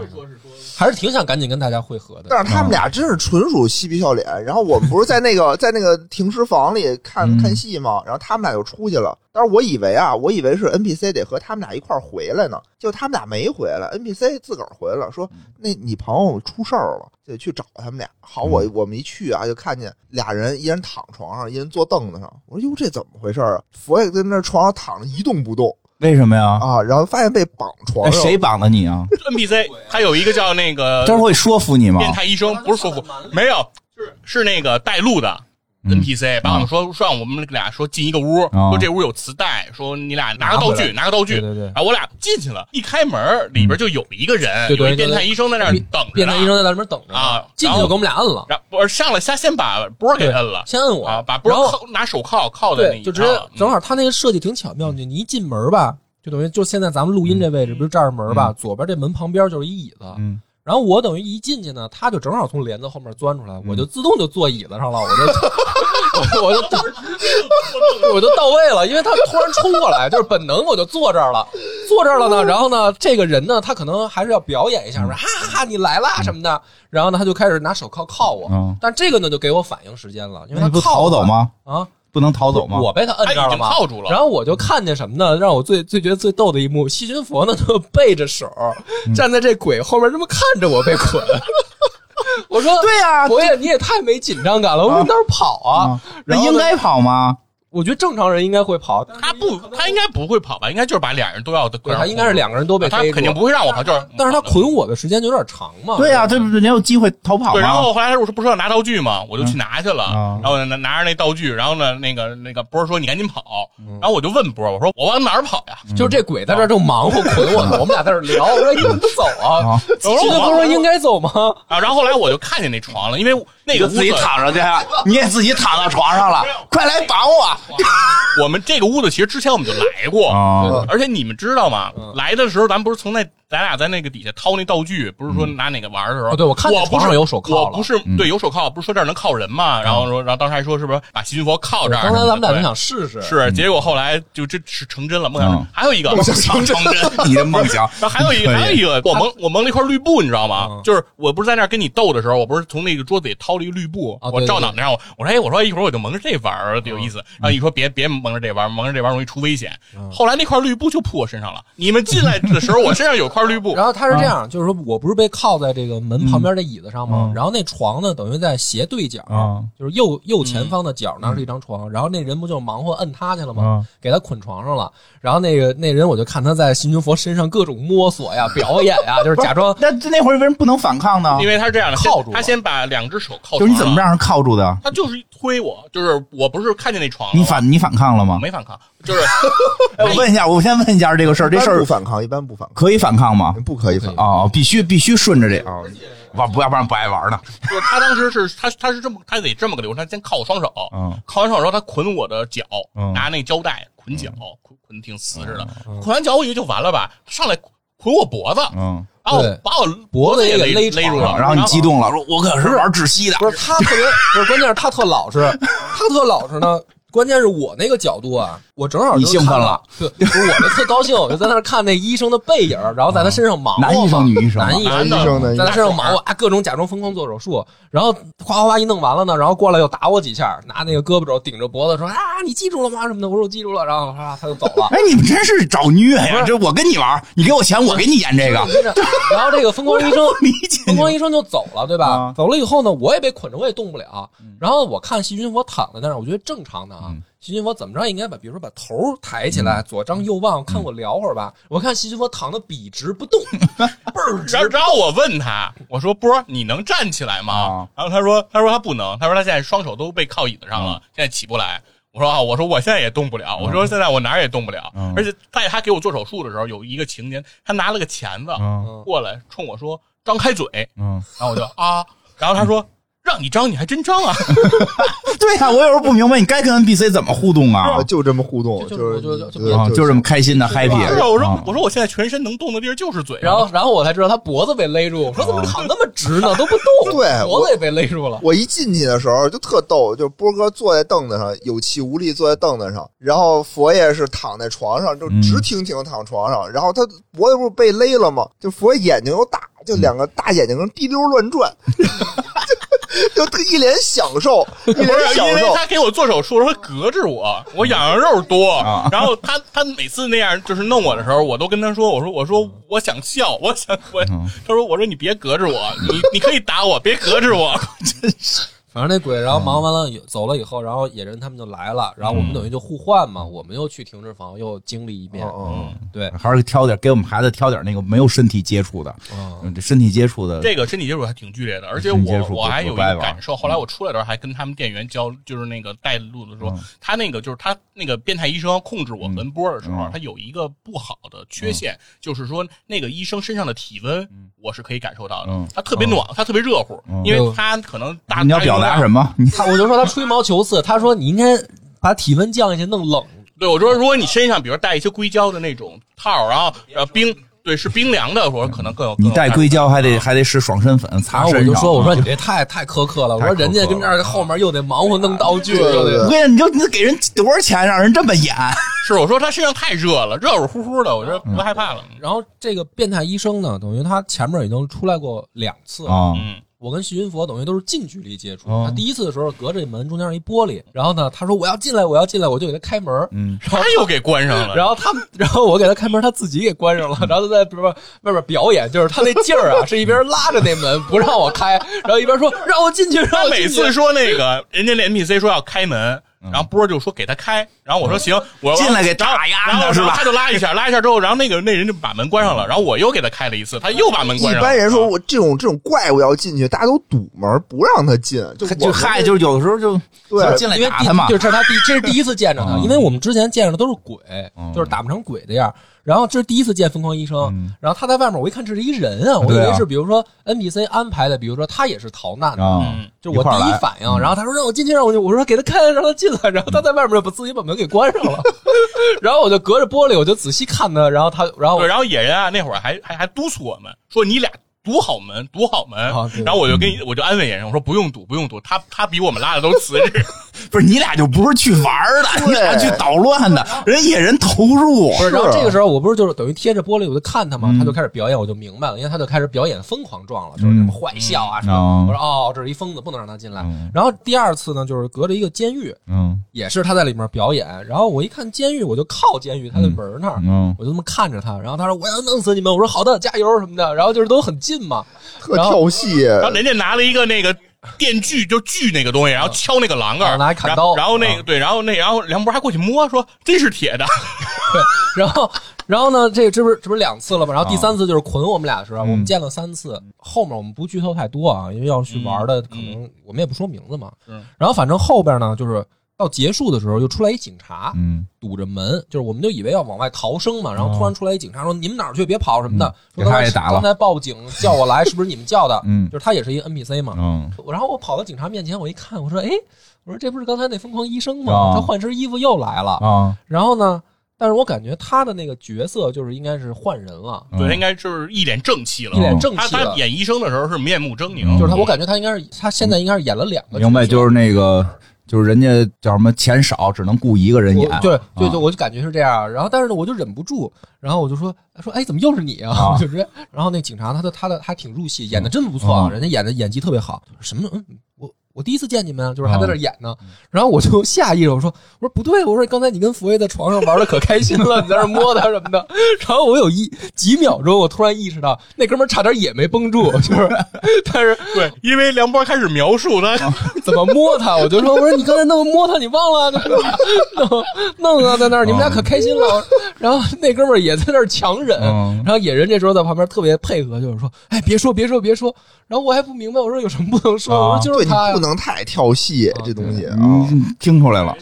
Speaker 1: 还是挺想赶紧跟大家会合的。
Speaker 3: 但是他们俩真是纯属嬉皮笑脸。然后我们不是在那 个在那个停尸房里看
Speaker 5: 嗯
Speaker 3: 看戏吗？然后他们俩就出去了。但是我以为啊，我以为是 NPC 得和他们俩一块儿回来呢，就他们俩没回来，NPC 自个儿回来了，说
Speaker 5: 嗯
Speaker 3: 那你朋友出事儿了，得去找他们俩。好，
Speaker 5: 嗯
Speaker 3: 我我们一去啊，就看见俩人，一人躺床上，一人坐凳子上。我说哟，这怎么回事儿啊？佛爷在那床上躺着一动不动
Speaker 5: 为什么呀？
Speaker 3: 啊，然后发现被绑床
Speaker 5: 哎，
Speaker 3: 上了。
Speaker 5: 谁绑的你啊？
Speaker 2: NPC，他有一个叫 那个
Speaker 5: 他会说服你吗？
Speaker 2: 变态医生，不是说服，没有，是是那个带路的
Speaker 5: 嗯
Speaker 2: NPC，把我们说说让我们俩说进一个屋，
Speaker 5: 哦
Speaker 2: 说这屋有磁带，说你俩拿个
Speaker 1: 拿回
Speaker 2: 道
Speaker 1: 来
Speaker 2: 具，拿个道具。
Speaker 1: 对对对
Speaker 2: 然后我俩进去了，一开门里边就有一个人，
Speaker 1: 对对
Speaker 2: 有一
Speaker 1: 对
Speaker 2: 变态医生在那儿等着
Speaker 1: 变
Speaker 2: 呢
Speaker 1: 态医，生在那边等着呢
Speaker 2: 啊
Speaker 1: 进去就给我们俩摁了，
Speaker 2: 然后不是上来先先把波儿给摁了
Speaker 1: 先摁我
Speaker 2: 啊，把波
Speaker 1: 然
Speaker 2: 儿
Speaker 1: 后
Speaker 2: 靠拿手铐铐在那
Speaker 1: 对，
Speaker 2: 一嗯
Speaker 1: 就直接
Speaker 2: 上
Speaker 5: 嗯
Speaker 2: 了
Speaker 1: 正好他那个设计挺巧妙，你你一进门吧，就等于就现在咱们录音这位置不是这儿门吧，左边这门旁边就是一椅子。
Speaker 5: 嗯，
Speaker 1: 然后我等于一进去呢，他就正好从帘子后面钻出来，
Speaker 5: 嗯
Speaker 1: 我就自动就坐椅子上了，我就我我就 到我就到位了，因为他突然冲过来，就是本能我就坐这儿了，坐这儿了
Speaker 5: 哦
Speaker 1: 呢。然后呢，这个人呢，他可能还是要表演一下，说
Speaker 5: 嗯
Speaker 1: 哈哈哈你来啦什么的。然后呢，他就开始拿手铐铐我，
Speaker 5: 嗯
Speaker 1: 但这个呢就给我反应时间了，因为
Speaker 5: 那
Speaker 1: 他
Speaker 5: 你不
Speaker 1: 铐
Speaker 5: 逃
Speaker 1: 我
Speaker 5: 走吗？
Speaker 1: 啊。
Speaker 5: 不能逃走吗？
Speaker 1: 我被他摁这儿了吗？
Speaker 2: 他已经铐住了
Speaker 1: 然后我就看见什么呢？让我最最觉得最逗的一幕，细菌佛呢就背着手站在这鬼
Speaker 5: 嗯
Speaker 1: 后面，这么看着我被捆。我说：“
Speaker 5: 对呀
Speaker 1: 佛爷，你也太没紧张感了，我说你哪儿跑啊
Speaker 5: 啊？”，那
Speaker 1: 然后呢
Speaker 5: 应该跑吗？
Speaker 1: 我觉得正常人应该会跑，但是
Speaker 2: 他不，他应该不会跑吧？应该就是把俩人都要的，
Speaker 1: 对他应该是两个人都被
Speaker 2: 他
Speaker 1: 逮住
Speaker 2: 肯定不会让我跑，就是
Speaker 1: 但是他捆我的时间就有点长嘛。
Speaker 5: 对啊呀，对不对？你有机会逃跑
Speaker 2: 对，然
Speaker 5: 吗？
Speaker 2: 后后来我说不是要拿道具吗？我就去拿去了，
Speaker 5: 嗯啊
Speaker 2: 然后拿拿着那道具，然后呢，那个那个波儿说你赶紧跑，
Speaker 1: 嗯
Speaker 2: 然后我就问波儿，我说我往哪儿跑呀？
Speaker 1: 就是这鬼在这儿正忙 活捆我呢，我们俩在这儿聊，我说你怎么不走啊
Speaker 5: 啊？
Speaker 1: 细菌佛说应该走吗？
Speaker 2: 啊，然后后来我就看见那床了，因为那个屋子，
Speaker 5: 上去，你也自己躺到床上了，快来绑我！
Speaker 2: 我们这个屋子其实之前我们就来过，
Speaker 5: 啊，
Speaker 2: 而且你们知道吗？来的时候咱不是从那咱俩在那个底下掏那道具，不是说拿哪个玩儿的时候，
Speaker 1: 哦对我看见
Speaker 2: 我不
Speaker 1: 床
Speaker 2: 是
Speaker 1: 上有手铐了嗯
Speaker 2: 我不是对有手铐，不是说这儿能铐人吗？然后说，然后当时还说是不是把细菌佛铐这儿
Speaker 1: 刚
Speaker 2: 什么的？
Speaker 1: 才咱们俩就
Speaker 2: 对
Speaker 1: 想嗯试试，
Speaker 2: 是，结果后来就这是成真了，梦想
Speaker 5: 嗯
Speaker 2: 还有一个梦想成真，
Speaker 5: 你的梦 想
Speaker 2: 然后还有一个，
Speaker 5: 可以
Speaker 2: 还有一个，我蒙我蒙了一块绿布，你知道吗
Speaker 1: 嗯？
Speaker 2: 就是我不是在那儿跟你斗的时候，我不是从那个桌子里掏了一个绿布，
Speaker 1: 啊
Speaker 2: 我
Speaker 1: 对
Speaker 2: 照
Speaker 1: 对
Speaker 5: 嗯
Speaker 2: 脑袋上，我我说哎，我说一会儿我就蒙着这玩儿，有意思。然后你说别别蒙着这玩意儿，蒙着这玩意儿容易出危险。
Speaker 1: 嗯
Speaker 2: 后来那块绿布就扑我身上了。你们进来的时候，我身上有块绿布
Speaker 1: 然，后他是这样，就是说我不是被靠在这个门旁边的椅子上吗？
Speaker 5: 嗯
Speaker 1: 然后那床呢，等于在斜对角，
Speaker 5: 啊
Speaker 1: 就是右右前方的角那是一张床，然后那人不就忙活摁他去了吗？
Speaker 5: 啊
Speaker 1: 给他捆床上了。然后那个那人我就看他在新军佛身上各种摸索 呀、表演呀，就是假装
Speaker 5: 那那会儿为什么不能反抗呢？
Speaker 2: 因为他是这样的，先
Speaker 1: 铐住了
Speaker 2: 他先把两只手铐。
Speaker 5: 就是你怎么让？人铐住的？
Speaker 2: 他就是一推我，就是我不是看见那床了，
Speaker 5: 你反你反抗了
Speaker 2: 我
Speaker 5: 吗？
Speaker 2: 没反抗，就是
Speaker 5: 哎我问一下，我先问一下这个事儿，这
Speaker 3: 一
Speaker 5: 事
Speaker 3: 般
Speaker 5: 儿
Speaker 3: 不反嗯抗，一般不反抗，
Speaker 5: 可以反抗吗？
Speaker 3: 不可以反抗。
Speaker 5: 哦，必须必须顺着这
Speaker 3: 哦
Speaker 5: 啊，玩不要不然不爱玩呢。
Speaker 2: 就是他当时是他他是这么他得这么个流程，他先铐我双手，
Speaker 5: 嗯
Speaker 2: 铐完双手之后他捆我的脚，
Speaker 5: 嗯
Speaker 2: 拿那胶带捆脚，捆捆挺死似的，捆完脚我以为就完了吧，上来捆我脖子，
Speaker 5: 嗯，
Speaker 2: 把我
Speaker 1: 对
Speaker 2: 把我
Speaker 1: 脖子
Speaker 2: 也
Speaker 1: 也给勒
Speaker 2: 勒勒住
Speaker 1: 长
Speaker 2: 了，
Speaker 1: 了
Speaker 5: 然后你激动了，说我可是玩窒息的。
Speaker 1: 不是他特别，不是关键是他特 老实，他特老实呢。关键是我那个角度啊，我正好就
Speaker 5: 你兴奋
Speaker 1: 看
Speaker 5: 了，
Speaker 1: 对，不是我就特高兴，我就在那儿看那医生的背影，然后在他身上忙活嘛
Speaker 5: 男医生女医生啊
Speaker 1: 男医
Speaker 2: 男
Speaker 1: 生
Speaker 2: 的
Speaker 1: 女医
Speaker 3: 生的
Speaker 1: 在他身上忙活
Speaker 2: 我，
Speaker 1: 啊，各种假装疯狂做手术，然后哗哗哗一弄完了呢，然后过来又打我几下，拿那个胳膊肘顶着脖子说啊，你记住了吗？什么的，我说我记住了，然后啪他就走了。
Speaker 5: 哎，你们真是找虐
Speaker 1: 不
Speaker 5: 呀！
Speaker 1: 是
Speaker 5: 这我跟你玩，你给我钱，我给你演这个。
Speaker 1: 真的然后这个疯狂医生
Speaker 5: 理解
Speaker 1: 疯狂医生就走了，对吧？
Speaker 5: 啊
Speaker 1: 走了以后呢，我也被捆着，我也动不了。然后我看细菌佛躺在那儿，我觉得正常的啊。
Speaker 5: 嗯
Speaker 1: 细菌佛怎么着应该把，比如说把头抬起来，左张右望，看我聊会儿吧。我看细菌佛躺的笔直不动，倍儿直
Speaker 2: 然。后然后我问他，我说波儿，你能站起来
Speaker 5: 啊
Speaker 2: 吗？然后他说他说他不能，他说他现在双手都被靠椅子上
Speaker 5: 嗯
Speaker 2: 了，现在起不来。我说啊，我说我现在也动不了，我说现在我哪儿也动不了，
Speaker 5: 嗯
Speaker 2: 而且在他给我做手术的时候，有一个情节，他拿了个钳子
Speaker 5: 嗯
Speaker 1: 嗯
Speaker 2: 过来冲我说张开嘴，
Speaker 5: 嗯，
Speaker 2: 然后我就啊，然后他说让你张你还真张啊，
Speaker 5: 对呀，我有时候不明白，你该跟 NPC 怎么互动啊？
Speaker 3: 就这么互动，
Speaker 1: 就
Speaker 3: 就是
Speaker 1: 就就就
Speaker 5: 啊，就这么开心的
Speaker 2: 是啊，
Speaker 5: happy。
Speaker 2: 我说
Speaker 5: 啊
Speaker 2: 我说我现在全身能动的地儿就是嘴，啊
Speaker 1: 然后，然后我才知道他脖子被勒住。我说怎么躺那么直呢，都不 动，
Speaker 3: 对
Speaker 1: 脖子也被勒住了。
Speaker 3: 我一进去的时候就特逗，就波哥坐在凳子上，有气无力坐在凳子上，然后佛爷是躺在床上，就
Speaker 5: 嗯
Speaker 3: 直挺挺躺床上，然后他脖子不是被勒了吗？就佛爷眼睛又大，
Speaker 5: 嗯
Speaker 3: 就两个大眼睛跟滴溜乱 转，就就一脸享受，一
Speaker 2: 不
Speaker 3: 脸
Speaker 2: 是
Speaker 3: 享
Speaker 2: 因为
Speaker 3: 受。
Speaker 2: 他给我做手术，他隔着我，我痒痒肉多
Speaker 5: 啊，
Speaker 2: 然后他他每次那样就是弄我的时候，我都跟他说，我说我说我想笑，我想我，他说我说你别隔着我，你你可以打我，别隔着我，
Speaker 1: 反正那鬼，然后忙完了以走了以后，然后野人他们就来了，然后我们等于就互换嘛，我们又去停尸房又经历一遍。
Speaker 3: 嗯
Speaker 1: 对，
Speaker 5: 还是挑点给我们孩子挑点那个没有身体接触的，
Speaker 1: 嗯，
Speaker 5: 嗯这身体接触的，
Speaker 2: 哦这个身体接触还挺剧烈的，而且
Speaker 5: 身体接
Speaker 2: 我
Speaker 5: 触
Speaker 2: 我
Speaker 5: 不
Speaker 2: 还
Speaker 5: 不嗯
Speaker 2: 有一
Speaker 5: 该
Speaker 2: 个
Speaker 5: 玩
Speaker 2: 感受，后来我出来的时候还跟他们店员交，就是那个带路的时候，他那个就是他那个变态医生控制我闻波的时候
Speaker 5: 嗯嗯，
Speaker 2: 他有一个不好的缺陷，就是说那个医生身上的体温我是可以感受到
Speaker 5: 嗯
Speaker 2: 的，他特别暖，他特别热乎，因为他可能大
Speaker 5: 你要表达什？么？你
Speaker 1: 他我就说他吹毛求疵，他说你应该把体温降下去，弄冷。
Speaker 2: 对，我说如果你身上比如带一些硅胶的那种套，然后呃冰。对，是冰凉的，我说可能更有。
Speaker 5: 你
Speaker 2: 更有
Speaker 5: 带
Speaker 2: 感啊
Speaker 5: 硅胶还得还得使爽身粉
Speaker 1: 啊然
Speaker 5: 擦
Speaker 1: 后
Speaker 5: 身上。啊
Speaker 1: 我就说，我说你这太太苛刻了，我
Speaker 5: 太苛刻
Speaker 1: 说
Speaker 5: 了
Speaker 1: 人家跟这儿后面又得忙活弄道具，
Speaker 3: 对对
Speaker 1: 又得
Speaker 5: 我
Speaker 3: 对
Speaker 5: 跟你讲，你就你给人多少钱让人这么演？
Speaker 1: 啊
Speaker 2: 是我说他身上太热了，热热乎乎的，我说
Speaker 5: 嗯
Speaker 2: 不害怕了。
Speaker 1: 然后这个变态医生呢，等于他前面已经出来过两次了。
Speaker 5: 啊
Speaker 2: 嗯，
Speaker 1: 我跟徐云佛等于都是近距离接触。
Speaker 5: 哦
Speaker 1: 他第一次的时候隔着门中间一玻璃，然后呢，他说我要进来，我要进来，我就给他开门。
Speaker 5: 嗯，
Speaker 2: 他又给关上了。
Speaker 1: 然后他们，然后我给他开门，他自己给关上
Speaker 5: 嗯
Speaker 1: 了，然后他在边外边表演，就是他那劲儿 啊，是一边拉着那门不让我开，然后一边说让我进去，让
Speaker 2: 他
Speaker 1: 我进
Speaker 2: 每
Speaker 1: 去。
Speaker 2: 次说那个，人家那 NPC 说要开门，然后波儿就说给他开，然后我说行，我
Speaker 5: 进来给打压
Speaker 2: 然后
Speaker 5: 呢是
Speaker 2: 然后
Speaker 5: 吧
Speaker 2: 他？就拉一下，拉一下之后，然后那个那人就把门关上了，然后我又给他开了一次，他又把门关上
Speaker 3: 一
Speaker 2: 了。
Speaker 3: 般人说，我这种这种怪物要进去，大家都堵门不让他进，就我
Speaker 5: 就嗨，就是有的时候就
Speaker 3: 对
Speaker 5: 就进来
Speaker 1: 因为
Speaker 5: 打
Speaker 1: 第
Speaker 5: 他嘛
Speaker 1: 就。是这是他第这是第一次见着他，
Speaker 5: 嗯
Speaker 1: 因为我们之前见着的都是鬼，
Speaker 5: 嗯
Speaker 1: 就是打不成鬼的样儿。然后这是第一次见疯狂医生，
Speaker 5: 嗯
Speaker 1: 然后他在外面，我一看这是一人啊，我以
Speaker 5: 对啊
Speaker 1: 为是比如说 NPC 安排的，比如说他也是逃难的，
Speaker 5: 啊
Speaker 2: 嗯，
Speaker 1: 就我第
Speaker 5: 块儿
Speaker 1: 一
Speaker 5: 来
Speaker 1: 反应。然后他说让我进去，让我进去，我说给他开，让他进来。然后他在外面把自己把门给关上 了，然后我就隔着玻璃，我就仔细看他，然后他，然后
Speaker 2: 对，然后野人啊，那会儿还还还督促我们说你俩堵好门，堵好门。
Speaker 1: 啊对
Speaker 2: 然后我就跟我就安慰演员，我说不用堵，不用堵，他他比我们拉的都瓷实。
Speaker 5: 不是你俩就不是去玩儿的，
Speaker 3: 对
Speaker 5: 你俩去捣乱的，人野人投入，
Speaker 1: 不是，然后
Speaker 3: 是啊
Speaker 1: 这个时候我不是就是等于贴着玻璃我就看他嘛，
Speaker 5: 嗯
Speaker 1: 他就开始表演，我就明白了，因为他就开始表演疯狂状了，就是什么坏笑啊什
Speaker 5: 哦
Speaker 1: 么。我说哦，这是一疯子，不能让他进来
Speaker 5: 嗯。
Speaker 1: 然后第二次呢，就是隔着一个监狱，
Speaker 5: 嗯
Speaker 1: 也是他在里面表演。然后我一看监狱，我就靠监狱他的门那儿，
Speaker 5: 嗯，
Speaker 1: 我就这么看着他。然后他说我要弄死你们，我说好的，加油什么的。然后就是都很近嘛，
Speaker 3: 特
Speaker 1: 然后
Speaker 3: 跳戏，
Speaker 2: 然后人家拿了一个那个电锯，就锯那个东西，然后敲那个栏杆
Speaker 1: 啊
Speaker 2: 儿，
Speaker 1: 拿一砍刀
Speaker 2: 然后然后那个
Speaker 1: 啊
Speaker 2: 对，然后那然后梁博还过去摸，说这是铁的，
Speaker 1: 然后，然后呢？这这不是这不是两次了吗？
Speaker 5: 啊
Speaker 1: 然后第三次就是捆我们俩的时候，
Speaker 5: 嗯
Speaker 1: 我们见了三次。后面我们不剧透太多啊，因为要去玩
Speaker 5: 嗯
Speaker 1: 的，可能我们也不说名字嘛。
Speaker 2: 嗯
Speaker 1: 然后反正后边呢，就是到结束的时候，又出来一警察
Speaker 5: 嗯，
Speaker 1: 堵着门，就是我们就以为要往外逃生嘛。然后突然出来一警察说：“你们哪儿去？别跑什么的。”
Speaker 5: 哦嗯
Speaker 1: 说刚
Speaker 5: 给他
Speaker 1: 才
Speaker 5: 也打了
Speaker 1: 刚才报警叫我来，是不是你们叫的？
Speaker 5: 嗯
Speaker 1: 就是他也是一 NPC 嘛。
Speaker 5: 嗯，
Speaker 1: 我然后我跑到警察面前，我一看，我说：“哎，我说这不是刚才那疯狂医生
Speaker 5: 啊
Speaker 1: 吗？他换身衣服又来了。”
Speaker 5: 啊，
Speaker 1: 然后呢，但是我感觉他的那个角色就是应该是换人了，
Speaker 5: 嗯
Speaker 2: 对，他应该就是一脸正气了啊
Speaker 1: 一。脸正
Speaker 2: 他
Speaker 1: 气
Speaker 2: 他
Speaker 1: 了。
Speaker 2: 演医生的时候是面目狰狞，
Speaker 5: 嗯
Speaker 1: 就是他，我感觉他应该是他现在应该是演了两个角色，
Speaker 5: 明白，就是那个，就是人家叫什么钱少，只能雇一个人
Speaker 1: 我
Speaker 5: 演，
Speaker 1: 对对对，
Speaker 5: 啊
Speaker 1: 我就感觉是这样。然后但是呢，我就忍不住，然后我就说说哎，怎么又是你啊？
Speaker 5: 啊
Speaker 1: 就是然后那警察他的他的还挺入戏，演的真的不错啊，
Speaker 5: 嗯
Speaker 1: 人家演的演技特别好。什么？嗯，我我第一次见你们啊，就是还在
Speaker 5: 嗯
Speaker 1: 那儿演呢。然后我就下意识我说我说不对，我说刚才你跟福威在床上玩的可开心了，你在那儿摸他什么的。 然后我有一几秒钟，我突然意识到那哥们儿差点也没绷住，就是但是
Speaker 2: 对，因为梁波开始描述他
Speaker 1: 怎么摸他？我就说，我说你刚才那么摸他，你忘了？就是弄 弄啊，在那儿，你们俩可开心了。然后那哥们儿也在那儿强忍，
Speaker 5: 嗯
Speaker 1: 然后野人这时候在旁边特别配合，就是说，哎，别说，别说，别说。然后我还不明白，我说有什么不能说？
Speaker 5: 啊
Speaker 1: 我说就
Speaker 3: 对
Speaker 1: 是
Speaker 3: 你
Speaker 1: 他呀
Speaker 3: 不。能太跳戏这东西啊。
Speaker 5: 嗯，听出来了，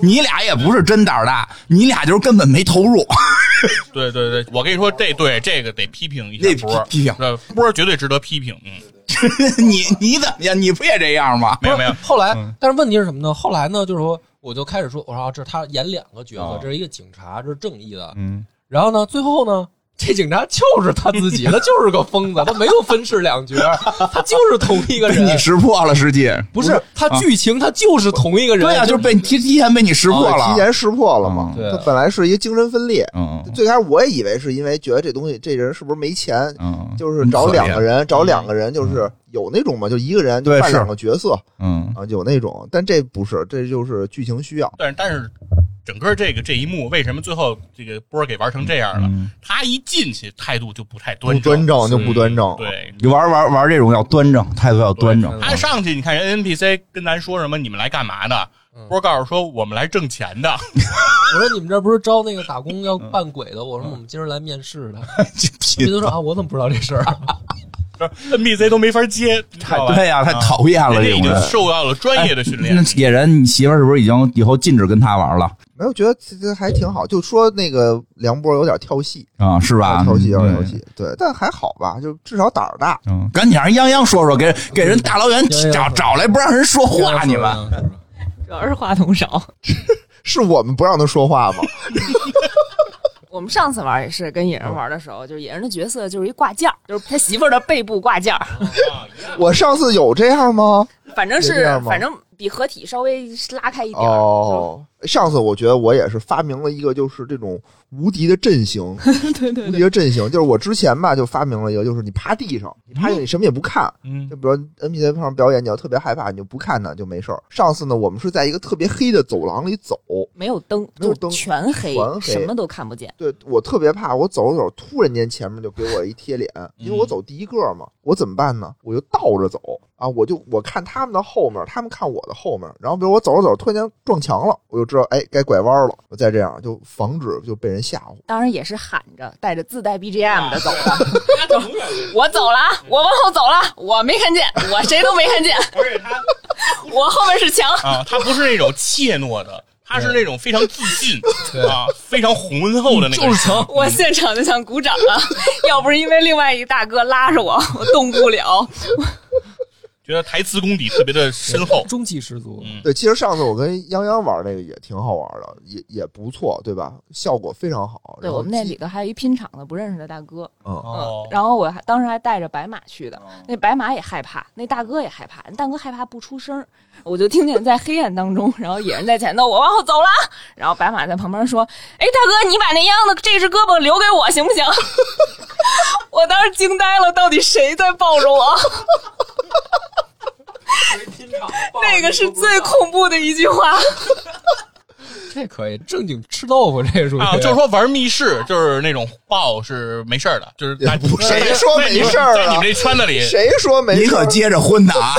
Speaker 5: 你俩也不是真胆儿大，你俩就是根本没投入，
Speaker 2: 对对对，我跟你说，这对这个得批评一
Speaker 5: 那
Speaker 2: 下波儿，
Speaker 5: 批批评
Speaker 2: 对波儿绝对值得批评。嗯，
Speaker 5: 你你怎么样？你不也这样吗？
Speaker 2: 没有没有，
Speaker 1: 后来，但是问题是什么呢？后来呢，就是说，我就开始说，我说、啊、这是他演两个角
Speaker 5: 啊
Speaker 1: 色，这是一个警察，这是正义的。
Speaker 5: 嗯，
Speaker 1: 然后呢，最后呢，这警察就是他自己，他就是个疯子，他没有分饰两角，他就是同一个
Speaker 5: 被
Speaker 1: 人。
Speaker 5: 你识破了，实际
Speaker 3: 嗯
Speaker 1: 不是，他
Speaker 5: 啊
Speaker 1: 剧情他就是同一个人，
Speaker 5: 对呀、啊
Speaker 1: 就
Speaker 5: 就是被提提前被你识破
Speaker 3: 提
Speaker 5: 了，
Speaker 3: 前识破了嘛
Speaker 5: 嗯？
Speaker 1: 对
Speaker 3: 他本来是一个精神分裂，
Speaker 5: 嗯
Speaker 3: 最开始我也以为是因为觉得这东西这人是不是没钱，
Speaker 5: 嗯，
Speaker 3: 就是找两个
Speaker 5: 人，
Speaker 3: 人，找两个人就是有那种嘛，就一个人
Speaker 5: 对
Speaker 3: 扮
Speaker 5: 是
Speaker 3: 两个角色
Speaker 5: 嗯
Speaker 3: 啊，有那种，但这不是，这就是剧情需要。
Speaker 2: 但是但是整个这个这一幕，为什么最后这个波儿给玩成这样了？
Speaker 5: 嗯，
Speaker 2: 他一进去态度就不太
Speaker 3: 不
Speaker 2: 端嗯
Speaker 3: 端正就不端正，
Speaker 2: 对，
Speaker 5: 你玩玩玩这种要端正，态度要端正，啊
Speaker 2: 他上去，你看人 NPC 跟咱说什么，你们来干嘛的？波儿告诉说我们来挣钱的，
Speaker 1: 我说你们这不是招那个打工要扮鬼的？我说我们今儿来面试的。别都说啊，我怎么不知道这事儿？
Speaker 2: 说 NPC 都没法接，你知
Speaker 5: 太
Speaker 2: 道吧
Speaker 5: 对呀、太讨厌了
Speaker 2: 啊人家
Speaker 5: 这
Speaker 2: 已
Speaker 5: 种
Speaker 2: 经
Speaker 5: 人。哎
Speaker 2: 受到了专业
Speaker 3: 哎
Speaker 2: 的训练
Speaker 5: 那。野人，你媳妇儿是不是已经以后禁止跟他玩了
Speaker 3: 没有觉得这这还挺好。就说那个梁波有点跳戏，
Speaker 5: 啊？是吧？
Speaker 3: 跳戏有点跳
Speaker 5: 对。
Speaker 3: 戏，对，但还好吧，就至少胆儿大。
Speaker 5: 嗯，赶紧让人泱泱说说，给给人大老远
Speaker 1: 泱泱
Speaker 5: 找
Speaker 1: 说
Speaker 5: 找来，不让人说话，你们
Speaker 1: 们
Speaker 4: 主要是话筒少。
Speaker 3: 是我们不让他说话吗？
Speaker 4: 我们上次玩也是跟野
Speaker 3: 嗯
Speaker 4: 人玩的时候，就是野人的角色就是一挂件儿，就是他媳妇儿的背部挂 件儿，
Speaker 3: 我上次有这样吗？
Speaker 4: 反正
Speaker 3: 是这
Speaker 4: 是
Speaker 3: 样吗
Speaker 4: 反正比合体稍微拉开一点儿。
Speaker 3: 哦，上次我觉得我也是发明了一个，就是这种无敌的阵型，
Speaker 4: 就， 对对
Speaker 3: 无敌
Speaker 4: 对，
Speaker 3: 的阵型。就是我之前吧，就发明了一个，就是你趴地上，你趴地上你什么也不看，
Speaker 2: 嗯
Speaker 3: 就比如 NPC 上表演，你要特别害怕，你就不看它就没事儿。上次呢，我们是在一个特别黑的走廊里走，
Speaker 4: 没有灯，
Speaker 3: 没有灯
Speaker 4: 就是全黑，
Speaker 3: 全黑
Speaker 4: 什么都看不见。
Speaker 3: 对我特别怕，我走着走着，突然间前面就给我一贴脸，
Speaker 5: 嗯
Speaker 3: 因为我走第一个嘛，我怎么办呢？我就倒着走啊，我就我看他们的后面，他们看我的后面，然后比如我走着走着，突然间撞墙了，我就知道哎该拐弯了，我再这样就防止就被人吓唬。
Speaker 4: 当然也是喊着，带着自带 BGM 的走 的。我走了，我往后走了，我没看见，我谁都没看 见，
Speaker 2: 而且他
Speaker 4: 我后面是墙。
Speaker 2: 啊，他不是那种怯懦的，他是那种非常自信
Speaker 1: 对嗯
Speaker 2: 啊，非常浑厚的那个
Speaker 1: 就
Speaker 2: 人
Speaker 1: 是强。。
Speaker 4: 我现场就想鼓掌 了，要不是因为另外一大哥拉着我，我动不了。
Speaker 2: 觉得台词功底特别的深厚
Speaker 1: 中气十足。
Speaker 2: 嗯，
Speaker 3: 对，其实上次我跟泱泱玩那个也挺好玩的，也也不错，对吧？效果非常好。
Speaker 4: 对
Speaker 3: 然后
Speaker 4: 我们那
Speaker 3: 基
Speaker 4: 里头还有一拼场的不认识的大哥，
Speaker 3: 嗯，
Speaker 4: 嗯，然后我还当时还带着白马去的，
Speaker 2: 哦
Speaker 4: 那白马也害怕，那大哥也害怕，那大哥害怕不出声儿，我就听见在黑暗当中，然后野人在前头，我往后走了，然后白马在旁边说：“哎，大哥，你把那秧子这只胳膊留给我行不 行？”我当时惊呆了，到底谁在抱着我？ 那个是最恐怖的一句 话。
Speaker 1: 这可以正经吃豆腐，这属于
Speaker 2: 啊，就是说玩密室，就是那种爆是没事儿的，就是
Speaker 3: 也不
Speaker 2: 在
Speaker 3: 谁说没事儿啊
Speaker 2: 在你们这圈子里，
Speaker 3: 谁说没
Speaker 5: 你
Speaker 3: 事
Speaker 5: 可
Speaker 3: 儿？
Speaker 5: 接着混的啊！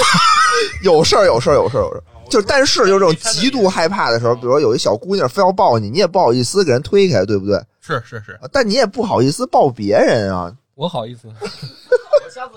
Speaker 3: 有事儿，有事儿，有事儿，有事儿。就是，但是就是这种极度害怕的时候，比如说有一小姑娘非要抱你，你也不好意思给人推开，对不对？
Speaker 2: 是是是，
Speaker 3: 啊但你也不好意思抱别人啊。
Speaker 1: 我好意思，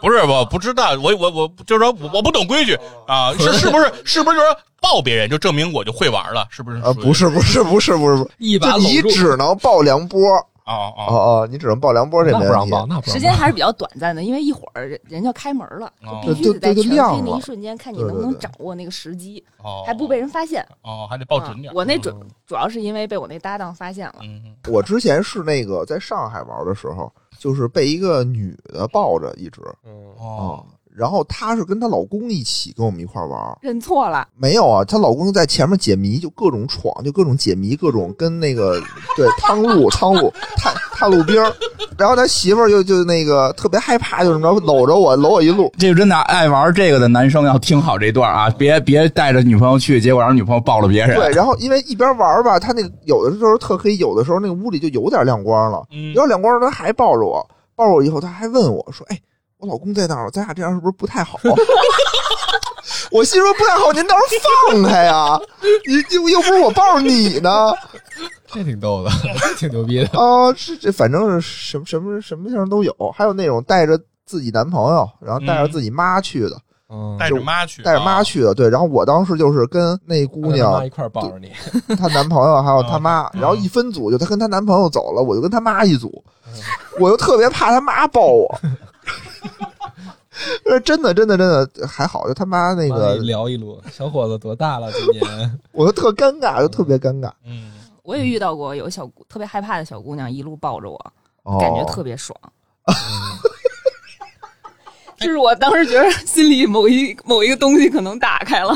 Speaker 2: 不是我不知道，我我我就是说我我不懂规矩啊，是是不是是不是就是说抱别人就证明我就会玩了，是不是？
Speaker 3: 啊，不是，不是，不是，不是，不是，
Speaker 1: 一把
Speaker 3: 就
Speaker 1: 搂
Speaker 3: 你
Speaker 1: 住，
Speaker 3: 只能抱梁波。
Speaker 2: 啊啊
Speaker 3: 哦哦，你只能抱梁波，这
Speaker 1: 那
Speaker 3: 没
Speaker 1: 不
Speaker 3: 问
Speaker 1: 让
Speaker 3: 题。
Speaker 1: 报，那不让
Speaker 4: 时间还是比较短暂的，因为一会儿人人就开门了，
Speaker 2: 哦
Speaker 4: 就必须得在
Speaker 3: 就就就
Speaker 4: 全黑
Speaker 3: 亮
Speaker 4: 那
Speaker 3: 了
Speaker 4: 一瞬间，看你能不
Speaker 3: 对对
Speaker 4: 能
Speaker 3: 对
Speaker 4: 掌握那个时机，
Speaker 2: 哦，
Speaker 4: 还不被人发现。
Speaker 2: 哦，还得抱准点
Speaker 4: 啊
Speaker 2: 儿。
Speaker 4: 我那准主要是因为被我那搭档发现了，
Speaker 2: 嗯，嗯
Speaker 3: 我之前是那个在上海玩的时候，就是被一个女的抱着一直
Speaker 1: 嗯
Speaker 3: 啊
Speaker 2: 哦，，
Speaker 3: 然后她是跟她老公一起跟我们一块儿玩儿。
Speaker 4: 认错了，
Speaker 3: 没有啊，她老公在前面解谜，就各种闯，就各种解谜，各种跟那个对汤路汤路探探路兵儿，然后他媳妇儿就就那个特别害怕，就怎么着搂着我搂我一路，
Speaker 5: 这个真的爱玩这个的男生要听好这段啊，别别带着女朋友去，结果让女朋友抱了别人。
Speaker 3: 对，然后因为一边玩儿吧，他那个有的时候特黑，有的时候那个屋里就有点亮光了，
Speaker 2: 嗯
Speaker 3: 有点亮光了，他还抱着我，抱着我以后他还问我说：“哎，我老公在那儿，咱俩这样是不是不太好？” 我心说不太好，您倒是放开呀！你又又不是我抱着你呢。
Speaker 1: 这挺逗的， 这挺牛逼的。
Speaker 3: 啊，这这反正是什么什么什么样都有，还有那种带着自己男朋友，然后带着自己妈去的，
Speaker 1: 嗯，
Speaker 2: 带着妈去，啊
Speaker 3: 带着妈去的，对。然后我当时就是跟那姑
Speaker 1: 他妈
Speaker 3: 娘
Speaker 1: 一、块儿抱着你，
Speaker 3: 她男朋友还有她妈，
Speaker 2: 嗯
Speaker 3: 然后一分组，就她跟她男朋友走了，我就跟她妈一组，我就特别怕她妈抱我。 呃真的，真的，真的还好，就他妈那
Speaker 1: 妈
Speaker 3: 个
Speaker 1: 你，聊一路，小伙子多大了？今年
Speaker 3: 我就特尴尬，就特别尴尬，
Speaker 2: 嗯，
Speaker 4: 我也遇到过有小姑特别害怕的小姑娘，一路抱着我，
Speaker 3: 哦
Speaker 4: 感觉特别爽。 就是我当时觉得心里某一某一个东西可能打开了，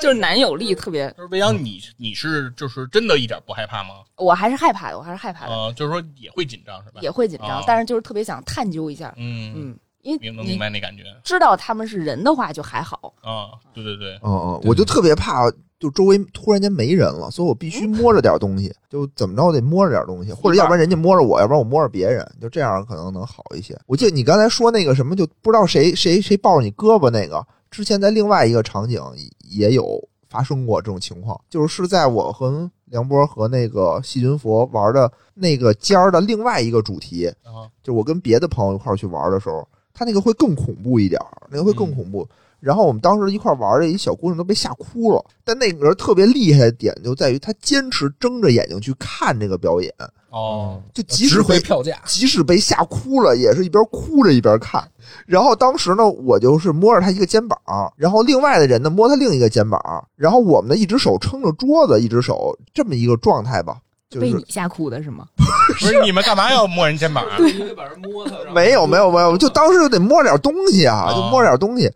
Speaker 4: 就是男友力特别，
Speaker 2: 就是未央，你你是就是真的一点不害怕吗？
Speaker 4: 我还是害怕的，我还是害
Speaker 3: 哎
Speaker 4: 怕的，
Speaker 2: 啊，就是说也会紧张是吧？
Speaker 4: 也会紧张，
Speaker 2: 哦
Speaker 4: 但是就是特别想探究一下，
Speaker 2: 嗯，
Speaker 4: 嗯，因为
Speaker 2: 明能
Speaker 4: 你
Speaker 2: 明白那感觉
Speaker 4: 知道他们是人的话就还好，
Speaker 2: 啊，对对对，
Speaker 3: 嗯嗯，我就特别怕，就周围突然间没人了，所以我必须摸着点东西，就怎么着我得摸着点东西，或者要不然人家摸着我，要不然我摸着别人，就这样可能能好一些。我记得你刚才说那个什么，就不知道谁谁谁抱着你胳膊那个，之前在另外一个场景也有发生过这种情况，就是是在我和梁波和那个细菌佛玩的那个尖儿的另外一个主题，
Speaker 2: 啊，
Speaker 3: 就是我跟别的朋友一块儿去玩的时候，他那个会更恐怖一点儿，那个会更恐怖。然后我们当时一块儿玩的一小姑娘都被吓哭了，但那个人特别厉害的点就在于她坚持睁着眼睛去看这个表演，
Speaker 2: 哦，
Speaker 3: 就即
Speaker 1: 值
Speaker 3: 使
Speaker 1: 回
Speaker 3: 被
Speaker 1: 票 价。
Speaker 3: 即使被吓哭了，也是一边哭着一边看。然后当时呢，我就是摸着她一个肩膀，然后另外的人呢摸她另一个肩膀，然后我们呢一只手撑着桌子，一只手这么一个状态吧，就
Speaker 4: 被
Speaker 3: 是
Speaker 4: 你吓哭的是吗？
Speaker 2: 不是你们干嘛要摸人肩膀啊？
Speaker 1: 因为把人摸他，
Speaker 3: 没有没有没有，就当时就得摸点东西啊，
Speaker 2: 啊
Speaker 3: 就摸点东西。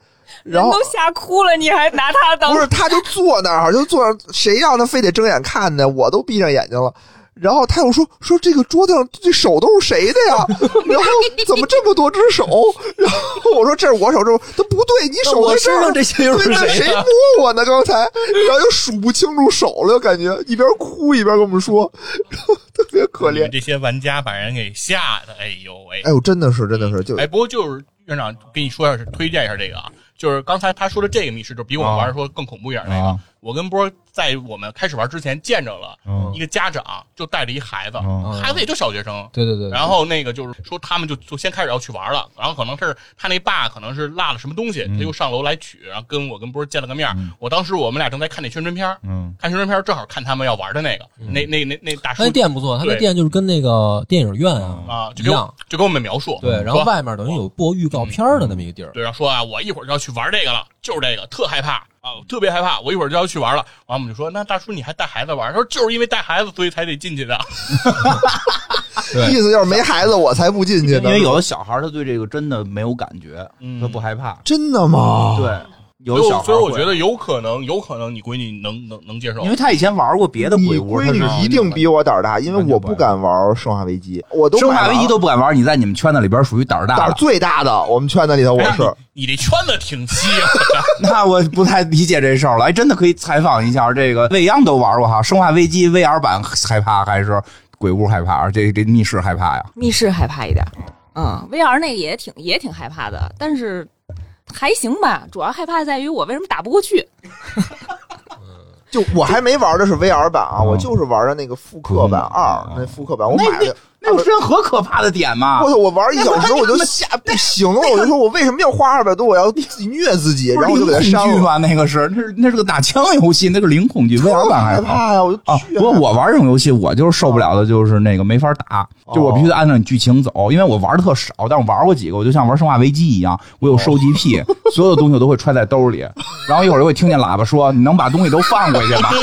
Speaker 3: 然后
Speaker 4: 人都吓哭了，你还拿他当
Speaker 3: 不是，他就坐那儿，就坐那儿，谁让他非得睁眼看呢？我都闭上眼睛了。然后他又说说这个桌子上这手都是谁的呀？ 然后怎么这么多只手？然后我说这是我手，这是我都不对，你手在
Speaker 5: 我
Speaker 3: 这
Speaker 5: 身
Speaker 3: 儿
Speaker 5: 上。这些 又
Speaker 3: 对，
Speaker 5: 是
Speaker 3: 那谁
Speaker 5: 谁的？
Speaker 3: 摸我呢？刚才，然后又数不清楚手了，感觉一边哭一边跟我们说，特别可
Speaker 2: 你
Speaker 3: 怜
Speaker 2: 们。这些玩家把人给吓的，哎呦喂
Speaker 3: 哎！呦，真的是，真的是，就
Speaker 2: 哎，不过就是院长跟你说一下，推荐一下这个啊，就是刚才他说的这个密室，就比我们玩的说更恐怖一点那个，
Speaker 5: 啊
Speaker 2: 我跟波儿在我们开始玩之前见着了
Speaker 5: 嗯
Speaker 2: 一个家长，就带着一孩子，
Speaker 5: 嗯
Speaker 2: 孩子也就小学生。
Speaker 1: 对对对，
Speaker 2: 然后那个就是说，他们就就先开始要去玩了，然后可能是他那爸可能是落了什么东西，他又上楼来取，然后跟我跟波儿见了个面儿。我当时我们俩正在看那宣传片儿，
Speaker 5: 嗯
Speaker 2: 看宣传片儿正好看他们要玩的那个，那那那那大
Speaker 1: 他
Speaker 2: 叔
Speaker 1: 那店不错，他那
Speaker 2: 对
Speaker 1: 店就是跟那个电影院啊
Speaker 2: 啊，
Speaker 1: 一
Speaker 2: 就给
Speaker 1: 样
Speaker 2: 我，就给我们描述，
Speaker 1: 对，然后
Speaker 2: 说
Speaker 1: 外面等于有播预告片儿的那么一个
Speaker 5: 嗯
Speaker 1: 地儿，
Speaker 2: 对，然后说啊，我一会儿就要去玩这个了，就是这个，特害怕啊，我特别害怕，我一会儿就要去玩了。完，我们就说，那大叔你还带孩子玩？他说就是因为带孩子，所以才得进去的。
Speaker 1: 对
Speaker 3: 意思就是没孩子我才不进去
Speaker 5: 因
Speaker 3: 呢，
Speaker 5: 为有的小孩儿他对这个真的没有感觉，
Speaker 2: 嗯
Speaker 5: 他不害怕。
Speaker 3: 真的吗？
Speaker 5: 对，有
Speaker 2: 所
Speaker 5: 的
Speaker 2: 以
Speaker 5: 小孩
Speaker 2: 我，所以
Speaker 5: 儿
Speaker 2: 我
Speaker 5: 会
Speaker 2: 觉得，有可能，有可能你闺女能能能接受
Speaker 5: 因。为他以前玩过别的
Speaker 3: 你
Speaker 5: 鬼屋，
Speaker 3: 闺
Speaker 5: 他是
Speaker 3: 女一定比我胆儿大，因为我不敢玩《生化危机》，我都
Speaker 5: 生
Speaker 3: 买
Speaker 5: 化
Speaker 3: 完
Speaker 5: 危机都不敢玩，你在你们圈子里边属于胆儿
Speaker 3: 胆
Speaker 5: 大
Speaker 3: 儿
Speaker 5: 的。
Speaker 3: 最大的，我们圈子里头我是。
Speaker 2: 哎你你这圈子挺稀啊的，
Speaker 5: 那我不太理解这事儿了，哎，真的可以采访一下这个未央都玩过哈，《生化危机》VR 版害怕还是鬼屋害怕？这这密室害怕呀？
Speaker 4: 密室害怕一点，嗯，VR 那个也挺也挺害怕的，但是还行吧。主要害怕在于我为什么打不过去，
Speaker 3: 就我还没玩的是 VR 版啊，
Speaker 5: 嗯
Speaker 3: 我就是玩的那个复刻版二
Speaker 5: 嗯，
Speaker 3: 那复刻版我买的。
Speaker 5: 那有任何可怕的点吗
Speaker 3: 我？操！我玩一小时
Speaker 5: 那
Speaker 3: 我就
Speaker 5: 那那
Speaker 3: 吓不行了，我就说我为什么要花二百多，我要自己虐自己，然后我就给它
Speaker 5: 零恐
Speaker 3: 删
Speaker 5: 惧
Speaker 3: 了。
Speaker 5: 吗？那个是，那是那是个打枪游戏，那个零恐惧 VR 版还
Speaker 3: 害
Speaker 5: 好。
Speaker 3: 怕呀，我就
Speaker 5: 啊，
Speaker 3: 巨
Speaker 5: 不过
Speaker 3: 害怕
Speaker 5: 我玩这种游戏，我就是受不了的，就是那个没法打，就我必须得按照你剧情走，因为我玩的特少，但我玩过几个，我就像玩生化危机一样，我有收集癖，
Speaker 3: 哦
Speaker 5: 所有的东西我都会揣在兜里，然后一会儿就会听见喇叭说：“你能把东西都放回去吗
Speaker 1: 啊
Speaker 5: 嗯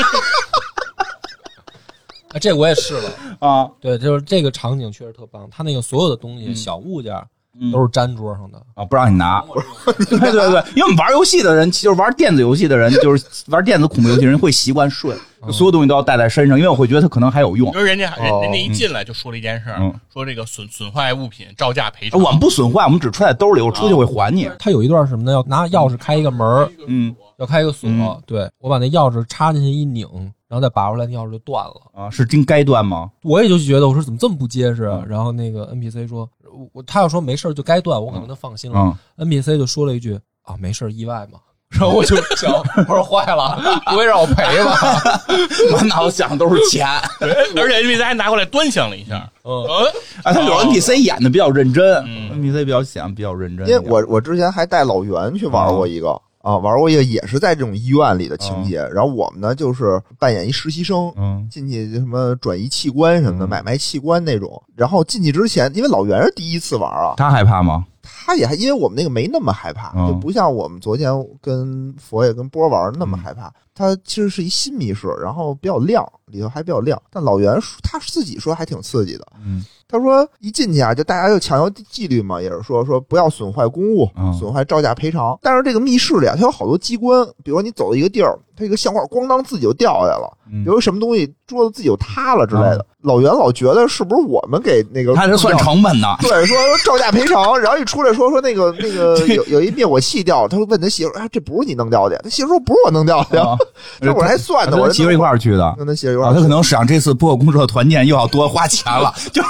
Speaker 5: 哎
Speaker 1: 这我也试了，？”
Speaker 5: 啊，
Speaker 1: 对，就是这个场景确实特棒，他那个所有的东
Speaker 5: 嗯
Speaker 1: 西小物件儿都是粘桌上的，
Speaker 5: 啊，不让你拿。对对对，因为我们玩游戏的人，就是玩电子游戏的人，就是玩电子恐怖游戏的人会习惯顺，
Speaker 3: 嗯
Speaker 5: 就所有东西都要带在身上，因为我会觉得它可能还有用
Speaker 2: 因。为人家人
Speaker 3: 哦
Speaker 2: 人家一进来就说了一件事儿
Speaker 5: 嗯，
Speaker 2: 说这个损损坏物品照价赔偿。
Speaker 5: 我们不损坏，我们只揣在兜里，我出去会还你。
Speaker 1: 他有一段是什么呢？要拿钥匙开一个门儿，
Speaker 5: 嗯
Speaker 1: 要开一个锁，
Speaker 5: 嗯
Speaker 1: 对我把那钥匙插进去一拧，然后再拔出来，那钥匙就断了。
Speaker 5: 啊，是经该断吗？
Speaker 1: 我也就觉得我说怎么这么不结实啊
Speaker 5: 嗯？
Speaker 1: 然后那个 NPC 说，我我他要说没事儿就该断，我可能就放心了。
Speaker 5: 嗯，
Speaker 1: NPC 就说了一句啊，没事儿，意外嘛。然后我就想，我说坏 了，不会让我赔吧？
Speaker 5: 满脑子想的都是钱。
Speaker 2: 对而且 NPC 还拿过来端详了一下，
Speaker 1: 嗯，
Speaker 2: 呃，
Speaker 5: 啊，他有
Speaker 2: 哦
Speaker 5: NPC 演的比较认真
Speaker 2: 嗯
Speaker 5: ，NPC 比较想比较认真一
Speaker 3: 因为
Speaker 5: 点。
Speaker 3: 我我之前还带老袁去玩
Speaker 5: 嗯
Speaker 3: 过一个啊，玩过一个也是在这种医院里的情节，然后我们呢就是扮演一实习生。
Speaker 5: 嗯
Speaker 3: 进去什么转移器官什么的，
Speaker 5: 嗯
Speaker 3: 买卖器官那种。然后进去之前，因为老袁是第一次玩啊，
Speaker 5: 他害怕吗？
Speaker 3: 他也还因为我们那个没那么害怕，
Speaker 5: 嗯
Speaker 3: 就不像我们昨天跟佛爷跟波玩
Speaker 5: 嗯
Speaker 3: 那么害怕。它其实是一新密室，然后比较亮，里头还比较亮。但老袁说他自己说还挺刺激的。
Speaker 5: 嗯，
Speaker 3: 他说一进去啊，就大家就强调纪律嘛，也是说说不要损坏公物，
Speaker 5: 嗯
Speaker 3: 损坏照价赔偿。但是这个密室里啊，它有好多机关，比如说你走到一个地儿，它一个相框咣当自己就掉下来了，
Speaker 5: 嗯
Speaker 3: 比如什么东西桌子自己就塌了之类的。老袁老觉得是不是我们给那个
Speaker 5: 他这算
Speaker 3: 弄掉
Speaker 5: 成本 呢。
Speaker 3: 对，说照价赔偿，然后一出来说说那 个那个有有一灭火器掉了，他说问他媳妇儿，啊，这不是你弄掉的呀？他媳妇儿说不是我弄掉的呀，
Speaker 5: 啊
Speaker 3: 这我还算
Speaker 5: 他
Speaker 3: 呢，我
Speaker 5: 跟媳妇儿一块
Speaker 3: 儿
Speaker 5: 儿去的。
Speaker 3: 跟他媳妇儿一块
Speaker 5: 啊，
Speaker 3: 儿
Speaker 5: 他可能想这次播客公社团建又要多花 钱了，就是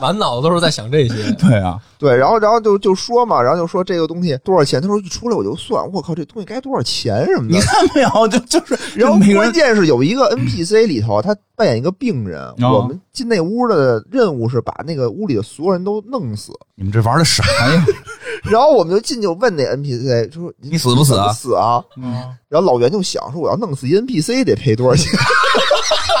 Speaker 1: 满脑子都是在想 这些。
Speaker 5: 对啊，
Speaker 3: 对，然后然后就就说嘛，然后就说这个东西多少钱，他说一出来我就算，我靠，这东西该多少钱什么的。
Speaker 5: 你看没有？就就是，
Speaker 3: 然后
Speaker 5: 每个
Speaker 3: 关
Speaker 5: 人
Speaker 3: 键是有一个 NPC 里头，他扮演一个病人。
Speaker 5: 哦
Speaker 3: 我们进那屋的任务是把那个屋里的所有人都弄死。
Speaker 5: 你们这玩的啥 呀？
Speaker 3: 然后我们就进去问那 NPC，就说
Speaker 5: 你死不死
Speaker 3: 怎么
Speaker 5: 啊？
Speaker 3: 死啊？然后老袁就想说，我要弄死一 NPC 得赔多少 钱？
Speaker 2: 嗯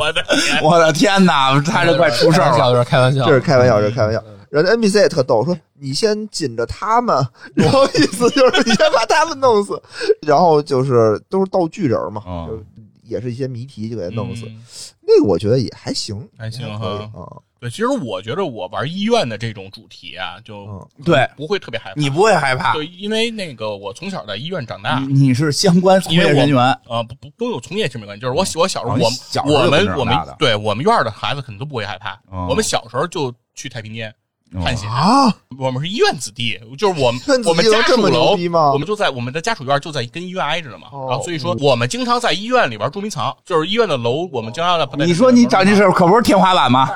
Speaker 2: 我的天，
Speaker 5: 我的天哪，他这快出事儿
Speaker 1: 开玩笑，
Speaker 5: 了！
Speaker 1: 有点开玩笑
Speaker 3: 这。是开玩笑，这是开玩笑。
Speaker 5: 嗯
Speaker 3: 然后 NPC 也特逗，说你先紧着他们，然后意思就是你先把他们弄死，然后就是都是道具人嘛，
Speaker 5: 嗯
Speaker 3: 就也是一些谜题就给他弄死。
Speaker 2: 嗯
Speaker 3: 那个我觉得也还行，
Speaker 2: 还行
Speaker 5: 嗯
Speaker 3: 也可以
Speaker 2: 哈
Speaker 3: 啊。
Speaker 2: 对，其实我觉得我玩医院的这种主题啊，就
Speaker 5: 对
Speaker 2: 不会特别害怕。
Speaker 5: 嗯你不会害怕，
Speaker 2: 对，因为那个我从小在医院长大，
Speaker 5: 你你是相关从
Speaker 2: 因
Speaker 5: 业
Speaker 2: 为我
Speaker 5: 人员，
Speaker 2: 啊，不不跟我从业性没关系，就是我我小时候
Speaker 5: 哦
Speaker 2: 我
Speaker 5: 你小时候
Speaker 2: 我
Speaker 5: 就跟
Speaker 2: 们
Speaker 5: 着
Speaker 2: 我们
Speaker 5: 长大的
Speaker 2: 对我们院儿的孩子肯定都不会害怕
Speaker 5: 哦。
Speaker 2: 我们小时候就去太平间探险，
Speaker 3: 啊，
Speaker 2: 我们是医院子弟，就是我们
Speaker 3: 院子弟
Speaker 2: 我们家
Speaker 3: 都这
Speaker 2: 属
Speaker 3: 么
Speaker 2: 楼
Speaker 3: 牛逼吗，
Speaker 2: 我们就在我们的家属院就在跟医院挨着了嘛，
Speaker 3: 哦
Speaker 2: 然后所以说我们经常在医院里玩捉迷藏，就是医院的楼，我们经常在。
Speaker 5: 你说你长这事儿可不是天花板吗？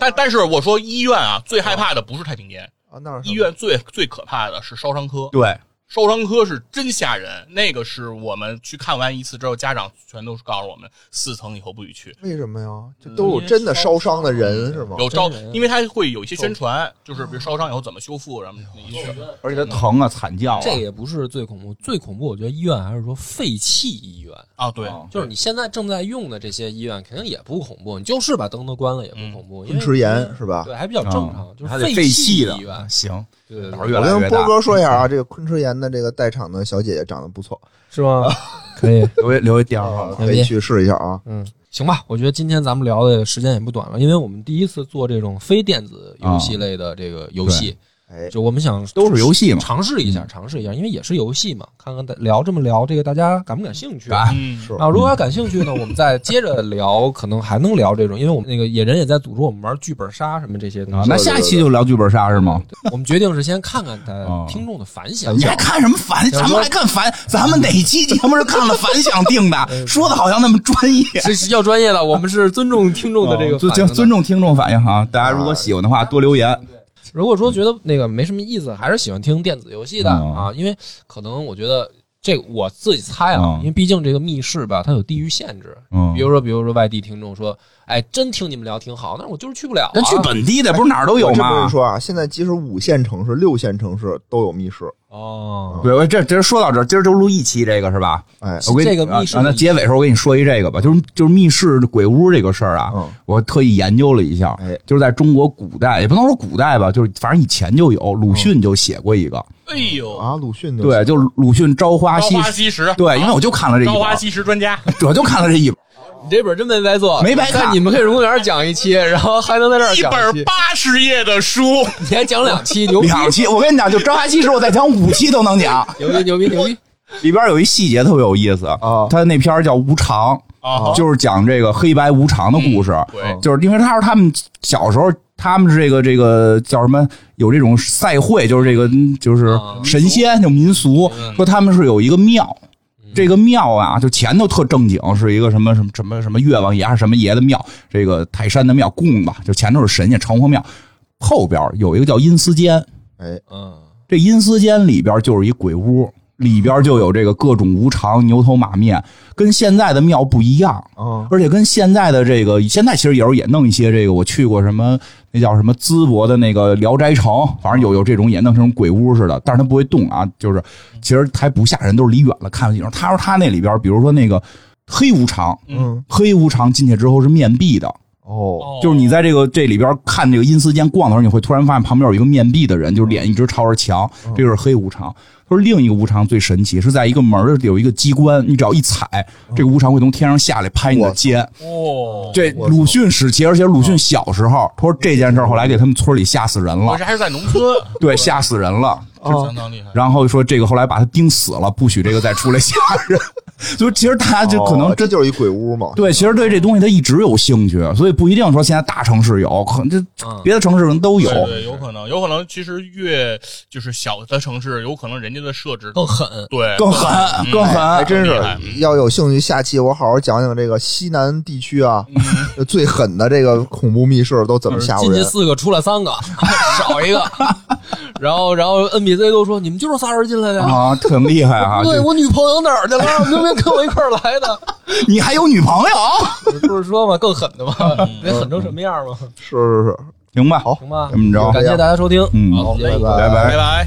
Speaker 2: 但但是我说医院啊，最害怕的不是太平间，
Speaker 3: 啊那是什么
Speaker 2: 医院最最可怕的是烧伤科。
Speaker 5: 对，
Speaker 2: 烧伤科是真吓人，那个是我们去看完一次之后，家长全都是告诉我们四层以后不许去。
Speaker 3: 为什么呀？这都有真的嗯烧伤的人哦是吗？
Speaker 2: 有招
Speaker 1: 真人，啊
Speaker 2: 因为它会有一些宣传，就是比如烧伤以后怎么修复，然后那一些
Speaker 5: 而且它疼啊，惨叫啊，
Speaker 1: 这也不是最恐怖，最恐怖我觉得医院还是说废弃医院，
Speaker 2: 啊，对，
Speaker 5: 哦
Speaker 1: 就是你现在正在用的这些医院肯定也不恐怖，你就是把灯都关了也不恐怖，因
Speaker 3: 吞
Speaker 1: 为
Speaker 3: 吃炎是吧？
Speaker 1: 对还比较正常，
Speaker 5: 嗯
Speaker 1: 就
Speaker 5: 还
Speaker 1: 是
Speaker 5: 得
Speaker 1: 废
Speaker 5: 废弃
Speaker 1: 的
Speaker 5: 的
Speaker 1: 医院，
Speaker 5: 行，
Speaker 1: 对对
Speaker 5: 胆
Speaker 1: 对
Speaker 5: 儿越
Speaker 3: 我
Speaker 5: 来
Speaker 3: 跟
Speaker 5: 越
Speaker 3: 波
Speaker 5: 大。
Speaker 3: 哥说一下啊，这个昆池岩的这个代场的小姐姐长得不错，
Speaker 1: 是吗？ 可以，
Speaker 5: 留一留一第二号
Speaker 3: 啊
Speaker 5: 了，
Speaker 3: 可以去试一下啊。
Speaker 1: 嗯，行吧，我觉得今天咱们聊的时间也不短了，因为我们第一次做这种非电子游戏类的这个游戏，
Speaker 3: 哎，
Speaker 1: 就我们想
Speaker 5: 都是游戏嘛，
Speaker 1: 尝试一下，
Speaker 5: 嗯
Speaker 1: 尝试一下，因为也是游戏嘛，看看大聊这么聊这个大家感不感兴趣
Speaker 5: 感
Speaker 2: 嗯，
Speaker 3: 是
Speaker 1: 啊，如果要感兴趣呢，我们再接着聊，可能还能聊这种，因为我们那个野人也在组织我们玩剧本杀什么这些东
Speaker 5: 啊
Speaker 1: 西。
Speaker 5: 那下期就聊剧本杀是吗？
Speaker 1: 对我们决定是先看看他
Speaker 5: 哦
Speaker 1: 听众的反响
Speaker 5: 你，还看什么反？咱们还看反？咱们哪期节目是看了反响定的？说的好像那么专业。
Speaker 1: 这是要专业的，我们是尊重听众的这个
Speaker 5: 尊
Speaker 1: 反应
Speaker 5: 啊尊
Speaker 1: 的
Speaker 5: 尊重听众反应啊！大家如果喜欢的话，多留言。
Speaker 1: 如果说觉得那个没什么意思，还是喜欢听电子游戏的、
Speaker 5: 嗯
Speaker 1: 啊，因为可能我觉得这个我自己猜啊，
Speaker 5: 嗯
Speaker 1: 因为毕竟这个密室吧，它有地域限制。
Speaker 5: 嗯
Speaker 1: 比如说，比如说外地听众说，哎，真听你们聊挺好，但是我就是去不了、啊。
Speaker 5: 那去本地的不是哪儿都有
Speaker 3: 我这么跟
Speaker 5: 吗
Speaker 3: 你？说啊，现在即使五线城市、六线城市都有密室，
Speaker 1: 哦，
Speaker 5: 对，我这这说到这儿，今儿就录一期这个是吧？
Speaker 3: 哎，
Speaker 1: 是
Speaker 5: 我跟你
Speaker 1: 这个密室
Speaker 5: 啊，那结尾时候我跟你说一这个吧，就是就是密室鬼屋这个事儿啊，
Speaker 3: 嗯
Speaker 5: 我特意研究了一下，
Speaker 3: 哎
Speaker 5: 就是在中国古代，也不能说古代吧，就是反正以前就有，鲁迅就写过一个，
Speaker 2: 哎呦，
Speaker 3: 啊，鲁迅就
Speaker 5: 对，
Speaker 3: 行
Speaker 5: 就是鲁迅《朝花
Speaker 2: 朝
Speaker 5: 夕
Speaker 2: 花
Speaker 5: 拾》，
Speaker 2: 夕拾，
Speaker 5: 对，因为我就看了这一
Speaker 2: 朝花
Speaker 5: 本，
Speaker 2: 夕拾专家，
Speaker 5: 我就看了这一本，
Speaker 1: 你这本真没白做，
Speaker 5: 没白看
Speaker 1: 在你们黑水公园讲一期，然后还能在这儿
Speaker 2: 一
Speaker 1: 讲期
Speaker 2: 本，八十页的书，
Speaker 1: 你还讲两期，牛 逼，
Speaker 5: 两期，我跟你讲，就《朝花夕拾》，我再讲五期都能讲。
Speaker 1: 牛逼，牛逼，牛 逼！
Speaker 5: 里边有一细节特别有意思
Speaker 3: 啊
Speaker 5: 他那篇儿叫《无常》，
Speaker 2: 啊
Speaker 5: 就是讲这个黑白无常的故事。
Speaker 2: 对，
Speaker 5: 就是因为他说他们小时候，他们是这个这个叫什么，有这种赛会，就是这个嗯就是
Speaker 1: 啊
Speaker 5: 神仙，就民俗
Speaker 1: 嗯，
Speaker 5: 说他们是有一个庙。这个庙啊，就前头特正经，是一个什么什么什么什么岳王爷还啊是什么爷的庙，这个泰山的庙供吧，就前头是神仙城隍庙，后边有一个叫阴司间，
Speaker 3: 哎，
Speaker 1: 嗯，
Speaker 5: 这阴司间里边就是一鬼屋，里边就有这个各种无常、牛头马面，跟现在的庙不一样。
Speaker 3: 啊，
Speaker 5: 而且跟现在的这个，现在其实有时候也弄一些这个，我去过什么那叫什么淄博的那个聊斋城，反正有有这种也弄成鬼屋似的，但是它不会动啊，就是其实还不吓人，都是离远了看景。他说他那里边，比如说那个黑无常，
Speaker 3: 嗯，
Speaker 5: 黑无常进去之后是面壁的，
Speaker 3: 哦，
Speaker 2: 哦
Speaker 5: 就是你在这个这里边看这个阴司间逛的时候，你会突然发现旁边有一个面壁的人，就是脸一直朝着墙，这就是黑无常。他说另一个无常最神奇，是在一个门儿有一个机关，你只要一踩，这个无常会从天上下来拍你的肩。
Speaker 2: 哦，
Speaker 5: 这
Speaker 3: 我操
Speaker 5: 鲁迅时期，而且鲁迅小时候，他说这件事儿后来给他们村里吓死人
Speaker 2: 我
Speaker 5: 了
Speaker 2: 这，还是在农村，
Speaker 5: 对，吓死人了。
Speaker 2: 这相当厉害。
Speaker 5: 然后说这个后来把他钉死了，不许这个再出来吓人。 所以其实他就可能
Speaker 3: 哦这
Speaker 5: 真
Speaker 3: 就是一鬼屋嘛，
Speaker 5: 对，其实对这东西他一直有兴趣，所以不一定说现在大城市有，可能这
Speaker 1: 嗯
Speaker 5: 别的城市可能都有。
Speaker 2: 对对，有可能，有可能，其实越就是小的城市，有可能人家的设置
Speaker 1: 更狠，
Speaker 2: 对
Speaker 5: 更狠，更
Speaker 3: 还
Speaker 5: 狠。
Speaker 3: 真
Speaker 2: 厉
Speaker 3: 是
Speaker 2: 害
Speaker 3: 要有兴趣，下期我好好讲讲这个西南地区啊，最狠的这个恐怖密室都怎么吓唬
Speaker 1: 进去
Speaker 3: 人。
Speaker 1: 四个，出来三个， 少一个。 然后，然后 NPC 都说你们就是仨人进来的呀。
Speaker 5: 啊，挺厉害啊！
Speaker 1: 对
Speaker 5: 就
Speaker 1: 我女朋友哪儿去了？明明跟我一块儿来的，
Speaker 5: 你还有女朋友？
Speaker 1: 不是说嘛，更狠的嘛，得狠成什么样嘛？
Speaker 3: 是是是。
Speaker 5: 行吧，好，
Speaker 1: 行吧
Speaker 5: 这，么着
Speaker 1: 感谢大家收听，
Speaker 5: 嗯
Speaker 1: 好，谢谢
Speaker 3: 拜拜
Speaker 5: 拜拜
Speaker 2: 拜拜。